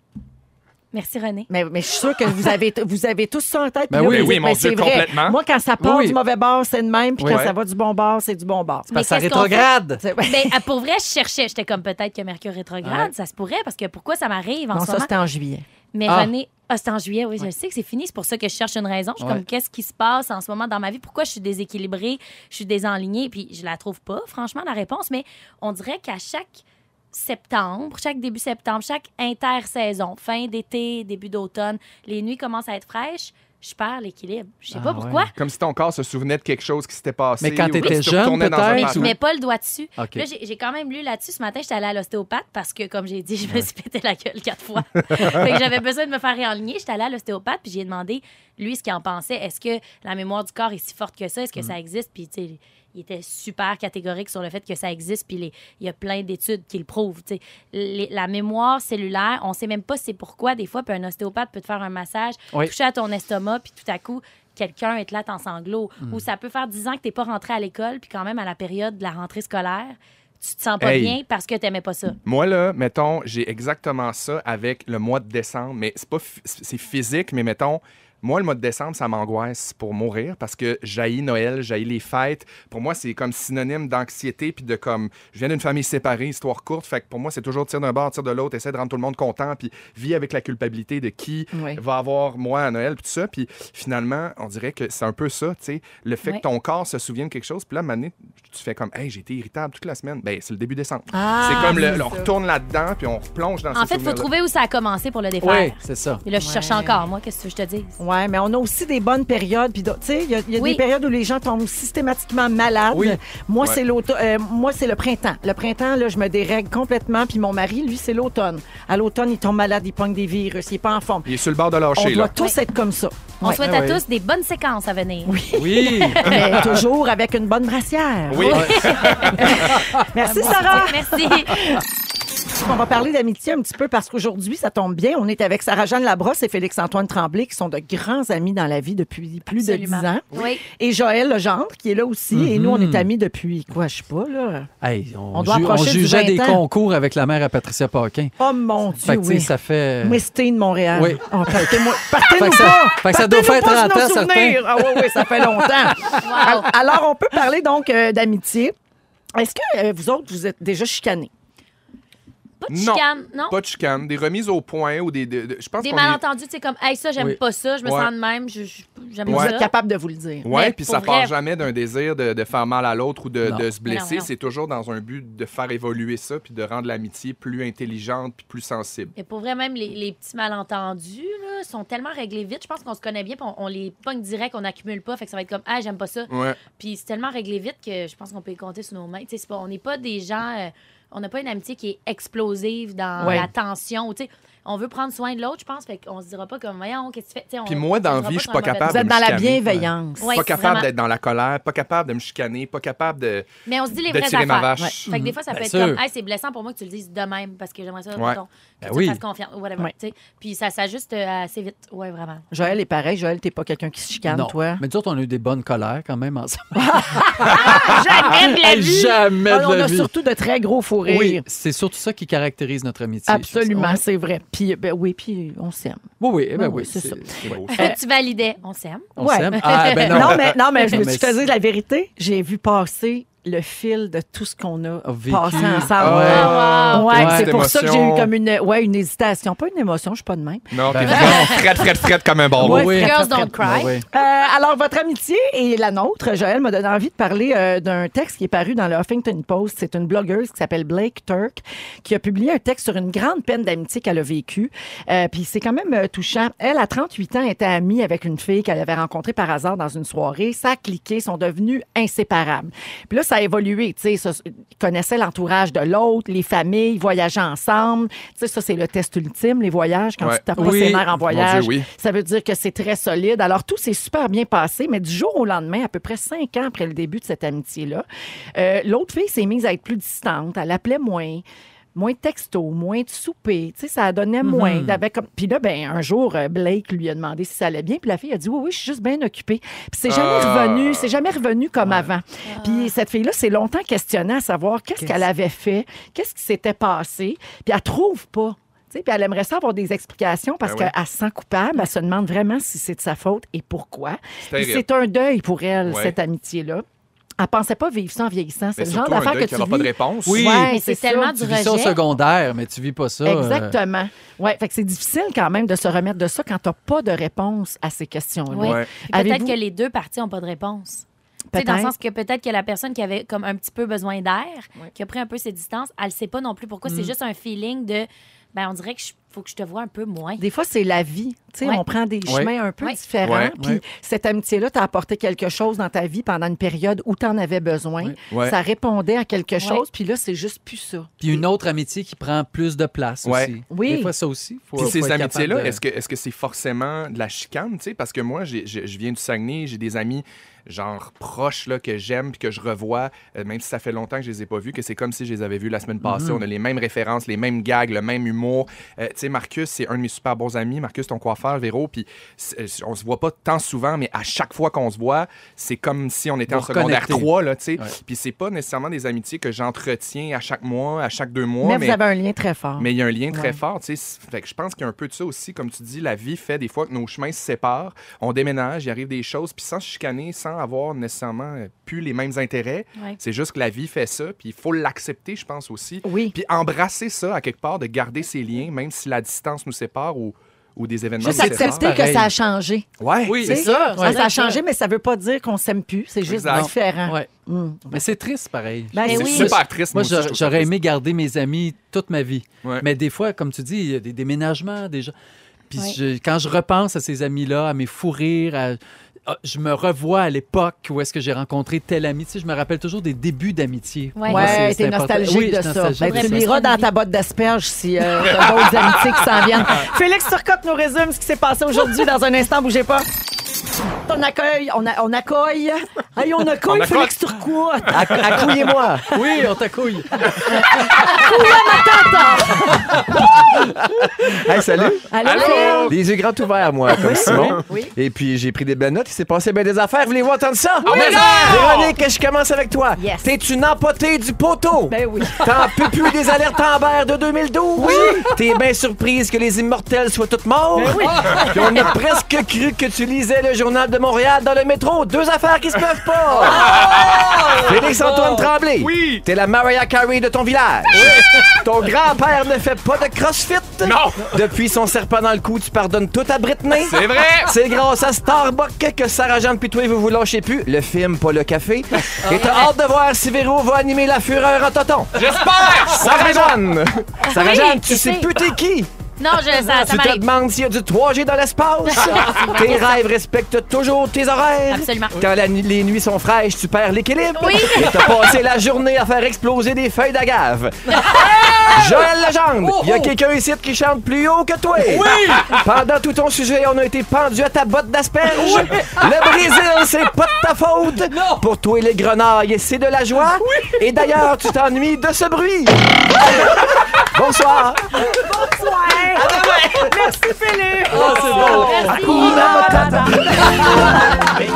S6: Merci, René.
S4: Mais, mais je suis sûre que vous avez, t- vous avez tous ça en tête. puis
S3: Ben
S4: là,
S3: oui,
S4: vous
S5: oui,
S4: dites,
S5: mon
S4: ben,
S5: Dieu,
S4: c'est vrai.
S5: complètement.
S4: Moi, quand ça part
S3: Oui.
S4: du mauvais bord, c'est de même. Puis
S3: Oui.
S4: quand
S3: Ouais.
S4: ça va du bon bord, c'est du bon bord.
S6: Mais
S3: Parce que ça
S6: qu'est-ce qu'on fait?
S3: rétrograde.
S4: C'est-
S6: Ben, ah, pour vrai, je cherchais. J'étais comme peut-être que Mercure rétrograde, ça se pourrait, parce que pourquoi ça m'arrive en
S4: Non,
S6: ce
S4: ça,
S6: moment?
S4: c'était en juillet.
S6: Mais
S3: Ah.
S6: René, ah, c'est en juillet, oui, je sais que c'est fini. C'est pour ça que je cherche une raison. Je suis
S3: Ouais.
S6: comme, qu'est-ce qui se passe en ce moment dans ma vie? Pourquoi je suis déséquilibrée? Je suis désenlignée? Puis je la trouve pas, franchement, la réponse. Mais on dirait qu'à chaque septembre, chaque début septembre, chaque intersaison, fin d'été, début d'automne, les nuits commencent à être fraîches. Je perds l'équilibre. Je sais
S3: Ah
S6: pas pourquoi.
S5: Comme si ton corps se souvenait de quelque chose qui s'était passé.
S3: Mais quand
S5: ou que
S3: t'étais
S5: tu
S3: jeune,
S5: retournais dans un
S3: peut-être,
S6: Mais
S5: passé.
S6: je mets pas le doigt dessus.
S3: OK.
S6: Là, j'ai j'ai quand même lu là-dessus. Ce matin, j'étais allée à l'ostéopathe parce que, comme j'ai dit, je me suis pété la gueule quatre fois. fait que j'avais besoin de me faire réaligner. J'étais allée à l'ostéopathe puis j'ai demandé, lui, ce qu'il en pensait. Est-ce que la mémoire du corps est si forte que ça? Est-ce que
S3: Mm.
S6: ça existe? Puis, tu sais, il était super catégorique sur le fait que ça existe. Puis, les- il y a plein d'études qui le prouvent. tu sais. Les- la mémoire cellulaire, on sait même pas c'est pourquoi. Des fois, puis un ostéopathe peut te faire un massage,
S3: Oui.
S6: toucher à ton estomac, puis tout à coup, quelqu'un éclate en sanglots.
S5: Hmm.
S6: Ou ça peut faire 10 ans que t'es pas rentré à l'école, puis quand même à la période de la rentrée scolaire, tu te sens pas
S5: Hey.
S6: bien parce que t'aimais pas ça.
S5: Moi, là, mettons, j'ai exactement ça avec le mois de décembre, mais c'est pas phy- c'est physique, mais mettons, moi, le mois de décembre, ça m'angoisse pour mourir parce que j'haïs Noël, j'haïs les fêtes. Pour moi, c'est comme synonyme d'anxiété, puis de comme, je viens d'une famille séparée, histoire courte, fait que pour moi, c'est toujours tire d'un bord, tire de l'autre, essaie de rendre tout le monde content, puis vis avec la culpabilité de qui
S4: Oui.
S5: va avoir moi à Noël, puis tout ça. Puis finalement, on dirait que c'est un peu ça, tu sais, le fait
S6: Ouais.
S5: que ton corps se souvienne de quelque chose, puis là, à un moment donné, tu fais comme, hey, j'ai été irritable toute la semaine. Ben, c'est le début décembre.
S4: Ah,
S5: c'est comme le,
S4: c'est
S5: le- on retourne là-dedans puis on replonge dans
S6: En
S5: ces
S6: fait, faut
S5: souvenirs-là.
S6: trouver où ça a commencé pour le défaire.
S3: Oui, c'est ça.
S6: Et là, je cherche encore, moi, qu'est-ce que tu veux que je te dise?
S4: Ouais, mais on a aussi des bonnes périodes. Puis, d'autres- tu sais, il y a, il y a
S6: Oui.
S4: des périodes où les gens tombent systématiquement malades.
S5: Oui.
S4: Moi,
S5: Ouais.
S4: c'est l'automne. euh, moi, c'est le printemps. Le printemps, là, je me dérègle complètement. Puis mon mari, lui, c'est l'automne. À l'automne, il tombe malade, il pogne des virus, il est pas en forme.
S5: Il est sur le bord de
S4: On
S5: lâcher
S4: doit
S5: là. Eh
S4: tous être comme ça.
S6: On
S4: Ouais.
S6: souhaite
S3: Ah
S6: à
S3: oui.
S6: tous des bonnes séquences à venir.
S3: Oui.
S4: Mais toujours avec une bonne brassière.
S5: Oui,
S4: Merci, Sarah.
S6: Merci.
S4: On va parler d'amitié un petit peu parce qu'aujourd'hui, ça tombe bien. On est avec Sarah-Jeanne Labrosse et Félix-Antoine Tremblay, qui sont de grands amis dans la vie depuis plus
S6: Absolument.
S4: de 10 ans.
S6: Oui.
S4: Et Joël Legendre, qui est là aussi. Et
S3: Mhm.
S4: nous, on est amis depuis quoi, je sais pas, là.
S3: Hey, on,
S4: On doit
S3: ju- on
S4: approcher du
S3: jugeait
S4: 20
S3: des
S4: ans.
S3: concours avec la mère à Patricia Paquin.
S4: Oh mon Dieu,
S3: Fait que, tu sais,
S4: oui.
S3: ça fait.
S4: Westin de Montréal.
S3: Oui.
S4: Oh, partez-moi- partez-nous
S3: Fait que ça-
S4: pas.
S3: fait que ça doit
S4: Partez-nous
S3: faire
S4: pas
S3: 30
S4: sur nos
S3: ans, certains.
S4: souvenirs. Ah oui, oui, ça fait longtemps. Al- Alors, on peut parler donc euh, d'amitié. Est-ce que euh, vous autres, vous êtes déjà chicanés?
S6: de
S5: Non.
S6: chicane, non?
S5: Pas de chicane, des remises au point ou des. de- de- je pense
S6: Des
S5: qu'on est-
S6: malentendus, tu sais, comme, hey, ça, j'aime
S5: Oui.
S6: pas ça, je me
S5: Ouais.
S6: sens de même, je- je- j'aime
S5: Ouais.
S4: Vous
S6: ça.
S4: êtes capable de vous le dire.
S5: Ouais,
S6: Mais
S5: puis
S6: pour
S5: ça part
S6: vrai-
S5: jamais d'un désir de, de faire mal à l'autre ou de,
S3: Non.
S5: de se
S6: Mais
S5: blesser.
S6: non.
S5: C'est toujours dans un but de faire évoluer ça puis de rendre l'amitié plus intelligente puis plus sensible.
S6: Mais pour vrai, même les, les petits malentendus là, sont tellement réglés vite. Je pense qu'on se connaît bien, puis on, on les pogne direct, on n'accumule pas. Fait que ça va être comme, ah, j'aime pas ça.
S5: Ouais.
S6: Puis c'est tellement réglé vite que je pense qu'on peut y compter sur nos mains. Tu sais, c'est pas, on n'est pas des gens. euh, on n'a pas une amitié qui est explosive dans
S4: Ouais.
S6: la tension. Tu sais, on veut prendre soin de l'autre, je pense. Fait qu'on se dira pas comme, voyons, qu'est-ce que tu fais. Tu sais, on-
S5: Puis moi, dans
S6: on sera
S5: vie, je suis
S6: sur un
S5: pas
S6: mauvais
S5: capable
S4: Vous
S5: de
S4: êtes
S5: me
S4: dans la
S5: chicaner.
S4: bienveillance.
S6: Ouais,
S5: pas capable
S6: vraiment.
S5: d'être dans la colère, pas capable de me chicaner, pas capable de,
S6: Mais on se dit les
S5: de
S6: vraies
S5: tirer ma
S6: affaires.
S5: vache.
S6: Fait que des fois, ça peut
S3: Bien
S6: être
S3: sûr.
S6: comme, hey, c'est blessant pour moi que tu le dises de même parce que j'aimerais ça,
S5: Ouais.
S6: mettons, que
S3: Ben
S6: tu
S3: oui.
S6: me fasses confiance, ou whatever.
S4: Ouais.
S6: tu sais. Puis ça s'ajuste euh, assez vite. Ouais, vraiment.
S4: Joël est pareil. Joël, t'es pas quelqu'un qui se chicane,
S3: non.
S4: toi.
S3: Mais nous autres, on a eu des bonnes colères quand même ensemble.
S4: Jamais de la vie!
S3: Jamais
S4: Ah,
S3: de
S4: on
S3: la
S4: a
S3: vie.
S4: surtout de très gros faux rires.
S3: Oui, c'est surtout ça qui caractérise notre amitié.
S4: Absolument,
S3: je pense.
S4: c'est vrai. Puis, ben oui, puis on s'aime.
S3: Oui, oui, eh ben
S4: Ah
S3: oui,
S4: oui, c'est ça.
S5: C'est beau.
S4: Euh,
S6: tu validais, on s'aime.
S3: On
S4: Ouais.
S3: s'aime. Ah, ben non.
S4: non. mais, non, mais je
S3: Mais
S4: me suis
S3: c'est-
S4: fait dire la vérité. J'ai vu passer le fil de tout ce qu'on a
S3: A vécu.
S4: passé
S5: Ah,
S4: ensemble.
S5: ouais.
S6: Ah, wow.
S4: Ouais,
S3: Ouais.
S4: c'est pour ça que j'ai eu
S5: Émotion.
S4: comme une, ouais, une hésitation. Pas une émotion, je suis pas de même.
S5: Non,
S3: Ben
S5: t'es
S3: non.
S5: vraiment frette, frette, frette comme un ballon.
S3: Oui,
S4: Ouais,
S3: oui.
S4: frette,
S6: Girls
S4: frette,
S6: don't
S4: frette.
S6: cry.
S3: Oui.
S4: Euh, alors, votre amitié et la nôtre, Joël, m'a donné envie de parler euh, d'un texte qui est paru dans le Huffington Post. C'est une blogueuse qui s'appelle Blake Turk qui a publié un texte sur une grande peine d'amitié qu'elle a vécue. Euh, Puis c'est quand même euh, touchant. Elle, à 38 ans, était amie avec une fille qu'elle avait rencontrée par hasard dans une soirée. Ça a cliqué, sont devenus inséparables. Puis là, ça a évolué. Tu sais, ça, ils connaissaient l'entourage de l'autre, les familles, voyageaient ensemble. Tu sais, ça, c'est le test ultime, les voyages. Quand
S5: Ouais.
S4: tu tapes pas
S3: Oui.
S4: ses nerfs en voyage,
S5: oui.
S4: ça veut dire que c'est très solide. Alors, tout s'est super bien passé, mais du jour au lendemain, à peu près cinq ans après le début de cette amitié-là, euh, l'autre fille s'est mise à être plus distante. Elle appelait moins. Moins de textos, moins de souper. Tu sais, ça donnait moins. Elle avait comme- Puis là, ben, un jour, euh, Blake lui a demandé si ça allait bien. Puis la fille a dit Oui, oui, je suis juste bien occupée. Puis c'est jamais
S5: Ah.
S4: revenu, c'est jamais revenu comme avant. Puis cette fille-là s'est longtemps questionnée à savoir qu'est-ce qu'elle avait fait, qu'est-ce qui s'était passé. Puis elle trouve pas. Tu sais, Puis elle aimerait ça avoir des explications parce
S5: Ben oui.
S4: qu'elle se sent coupable. Elle se demande vraiment si c'est de sa faute et pourquoi. Puis
S5: terrible.
S4: C'est un deuil pour elle,
S5: Ouais.
S4: cette amitié-là. Elle pensait pas vivre ça en vieillissant. C'est
S5: Mais
S4: le genre
S5: surtout un
S4: d'affaire
S5: deuil
S4: que
S5: qui
S4: tu
S5: aura pas de
S4: vis.
S5: réponse.
S3: Oui.
S4: Ouais,
S6: Mais c'est
S4: ça.
S6: tellement du hein.
S3: Tu vis ça au
S6: rejet.
S3: secondaire, mais tu vis pas ça. euh,
S4: Exactement. Ouais, fait que c'est difficile quand même de se remettre de ça quand t'as pas de réponse à ces questions-là.
S6: Oui.
S5: Ouais.
S6: Puis Peut-être
S4: Avez-vous-
S6: que les deux parties n'ont pas de réponse. Tu sais, dans le
S4: Peut-être.
S6: sens que peut-être que la personne qui avait comme un petit peu besoin d'air,
S4: Ouais. Mm.
S6: qui a pris un peu ses distances, elle ne sait pas non plus pourquoi. C'est juste un feeling de, ben on dirait que je- faut que je te vois un peu moins.
S4: Des fois, c'est la vie. Tu sais,
S6: Ouais.
S4: On prend des
S3: Ouais.
S4: chemins un peu
S6: Ouais.
S4: différents.
S5: Ouais.
S4: Puis
S3: Ouais.
S4: cette amitié-là t'a apporté quelque chose dans ta vie pendant une période où tu en avais besoin.
S5: Ouais.
S4: Ça répondait à quelque chose. Puis là, c'est juste plus ça.
S3: Puis une autre amitié qui prend plus de place
S5: Ouais.
S3: aussi.
S4: Oui.
S3: Des fois, ça aussi. Faut,
S5: Puis
S3: faut
S5: ces
S3: être
S5: amitiés-là,
S3: capable de-
S5: est-ce que est-ce que c'est forcément de la chicane, tu sais? Parce que moi, j'ai- j'ai- je viens du Saguenay, j'ai des amis genre proches là, que j'aime puis que je revois, euh, même si ça fait longtemps que je les ai pas vus, que c'est comme si je les avais vus la semaine
S3: Mm-hmm.
S5: passée. On a les mêmes références, les mêmes gags, le même humour. Euh, tu sais, Marcus, c'est un de mes super bons amis. Marcus, ton coiffeur, Véro, puis c'est- on se voit pas tant souvent, mais à chaque fois qu'on se voit, c'est comme si on était
S3: Vous
S5: en secondaire
S3: reconnectez.
S5: 3, là, tu sais.
S3: Ouais.
S5: Puis c'est pas nécessairement des amitiés que j'entretiens à chaque mois, à chaque deux mois,
S4: Mais,
S5: mais...
S4: vous avez un lien très fort.
S5: Mais il y a un lien très
S4: Ah. Ouais.
S5: fort, tu sais. Fait que je pense qu'il y a un peu de ça aussi. Comme tu dis, la vie fait des fois que nos chemins se séparent, on déménage, il arrive des choses, puis sans se chicaner, sans avoir nécessairement euh, plus les mêmes intérêts.
S6: Ouais.
S5: C'est juste que la vie fait ça, puis il faut l'accepter, je pense aussi.
S4: Oui.
S5: Puis embrasser ça à quelque part, de garder ces liens, même si la distance nous sépare ou, ou des événements
S4: Juste
S5: nous
S4: accepter
S5: séparent.
S4: que
S3: pareil.
S4: ça a changé.
S5: Ouais,
S3: Oui,
S5: c'est
S4: Tu sais,
S5: ça.
S3: Ouais.
S4: Ça a changé, mais ça veut pas dire qu'on s'aime plus. C'est juste
S5: Exact.
S4: différent.
S3: Ouais.
S4: Hum.
S3: Mais c'est triste, pareil.
S4: Ben
S5: C'est
S4: oui.
S5: super triste. moi
S3: Moi,
S5: aussi, je
S3: j'a-
S5: trouve ça
S3: j'aurais
S5: triste.
S3: aimé garder mes amis toute ma vie.
S5: Ouais.
S3: Mais des fois, comme tu dis, il y a des déménagements, des gens. Puis
S6: Ouais.
S3: je- quand je repense à ces amis-là, à mes fous rires, à- ah, je me revois à l'époque où est-ce que j'ai rencontré tel ami. Tu sais, je me rappelle toujours des débuts d'amitié.
S6: Ouais.
S3: Pour moi,
S4: Ouais,
S3: c'est- c'est
S4: t'es
S3: important.
S4: nostalgique
S3: Oui, je suis
S4: de ça.
S3: nostalgique
S4: Ben,
S3: de
S4: tu
S6: Vraiment.
S4: liras dans ta botte d'asperges si euh, t'as d'autres amitiés qui s'en viennent. Félix Turcotte nous résume ce qui s'est passé aujourd'hui dans un instant. Bougez pas. On accueille, on, a- on accueille. Hey, on accueille Félix Turcotte.
S3: Ah.
S4: Accouillez-moi.
S3: ça. Oui, on t'accouille.
S8: Hey, salut!
S4: Allô?
S8: Les yeux grands ouverts, moi, comme Simon.
S4: oui.
S8: Et puis, j'ai pris des belles notes. Il s'est passé bien des affaires. Voulez-vous entendre ça? Ah,
S5: Oui,
S8: Mais-
S5: non!
S8: Véronique, je commence avec toi.
S4: Yes.
S8: T'es une empotée du poteau.
S4: Ben oui.
S8: T'en peux plus des alertes Amber de 2012. Oui. T'es bien
S4: Ben
S8: surprise que les immortels soient toutes morts. Puis on a presque cru que tu lisais le journal de Montréal dans le métro. Deux affaires qui se peuvent pas.
S4: Oh!
S8: Félix-Antoine Tremblay.
S5: Oh! Oui.
S8: T'es la Mariah Carey de ton village. Ton grand-père ne fait pas de crossfit.
S5: Non.
S8: Depuis son serpent dans le cou, tu pardonnes tout à Britney.
S5: C'est vrai.
S8: C'est grâce à Starbucks que Sarah Jeanne Pitoué vous vous lâchez plus. Le film, pas le café. Et t'as hâte de voir si Véro va animer la fureur en toton.
S5: J'espère.
S8: Sarah Jeanne! Sarah Jeanne, tu
S6: je
S8: sais
S6: sais.
S8: plus t'es qui!
S6: Non, je, ça, ça
S8: Tu te
S6: m'arrive.
S8: demandes s'il y a du 3G dans l'espace? tes rêves respectent toujours tes horaires?
S6: Absolument.
S8: Quand la nu- les nuits sont fraîches, tu perds l'équilibre?
S6: Oui.
S8: Et t'as passé la journée à faire exploser des feuilles d'agave. Joël Legendre,
S6: Oh,
S8: il y a quelqu'un ici qui chante plus haut que toi. Oui! Pendant tout ton sujet, on a été pendu à ta botte d'asperge. Le Brésil, c'est pas de ta faute. Pour toi, les grenailles, c'est de la joie. Et d'ailleurs, tu t'ennuies de ce bruit. Bonsoir.
S4: Merci.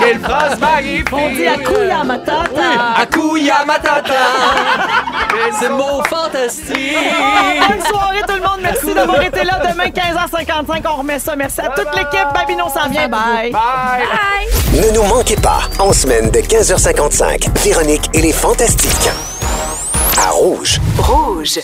S5: Quelle phrase magnifique.
S4: On dit à couille à ma tante.
S8: Akuya Matata.
S9: C'est mon fantastique.
S4: Bonne soirée tout le monde. Merci d'avoir été là. Demain, 15h55, on remet ça. Merci à toute l'équipe. Babino s'en vient. Bye.
S6: Bye.
S1: Ne nous manquez pas, en semaine de 15h55, Véronique et les Fantastiques. À Rouge.
S10: Rouge.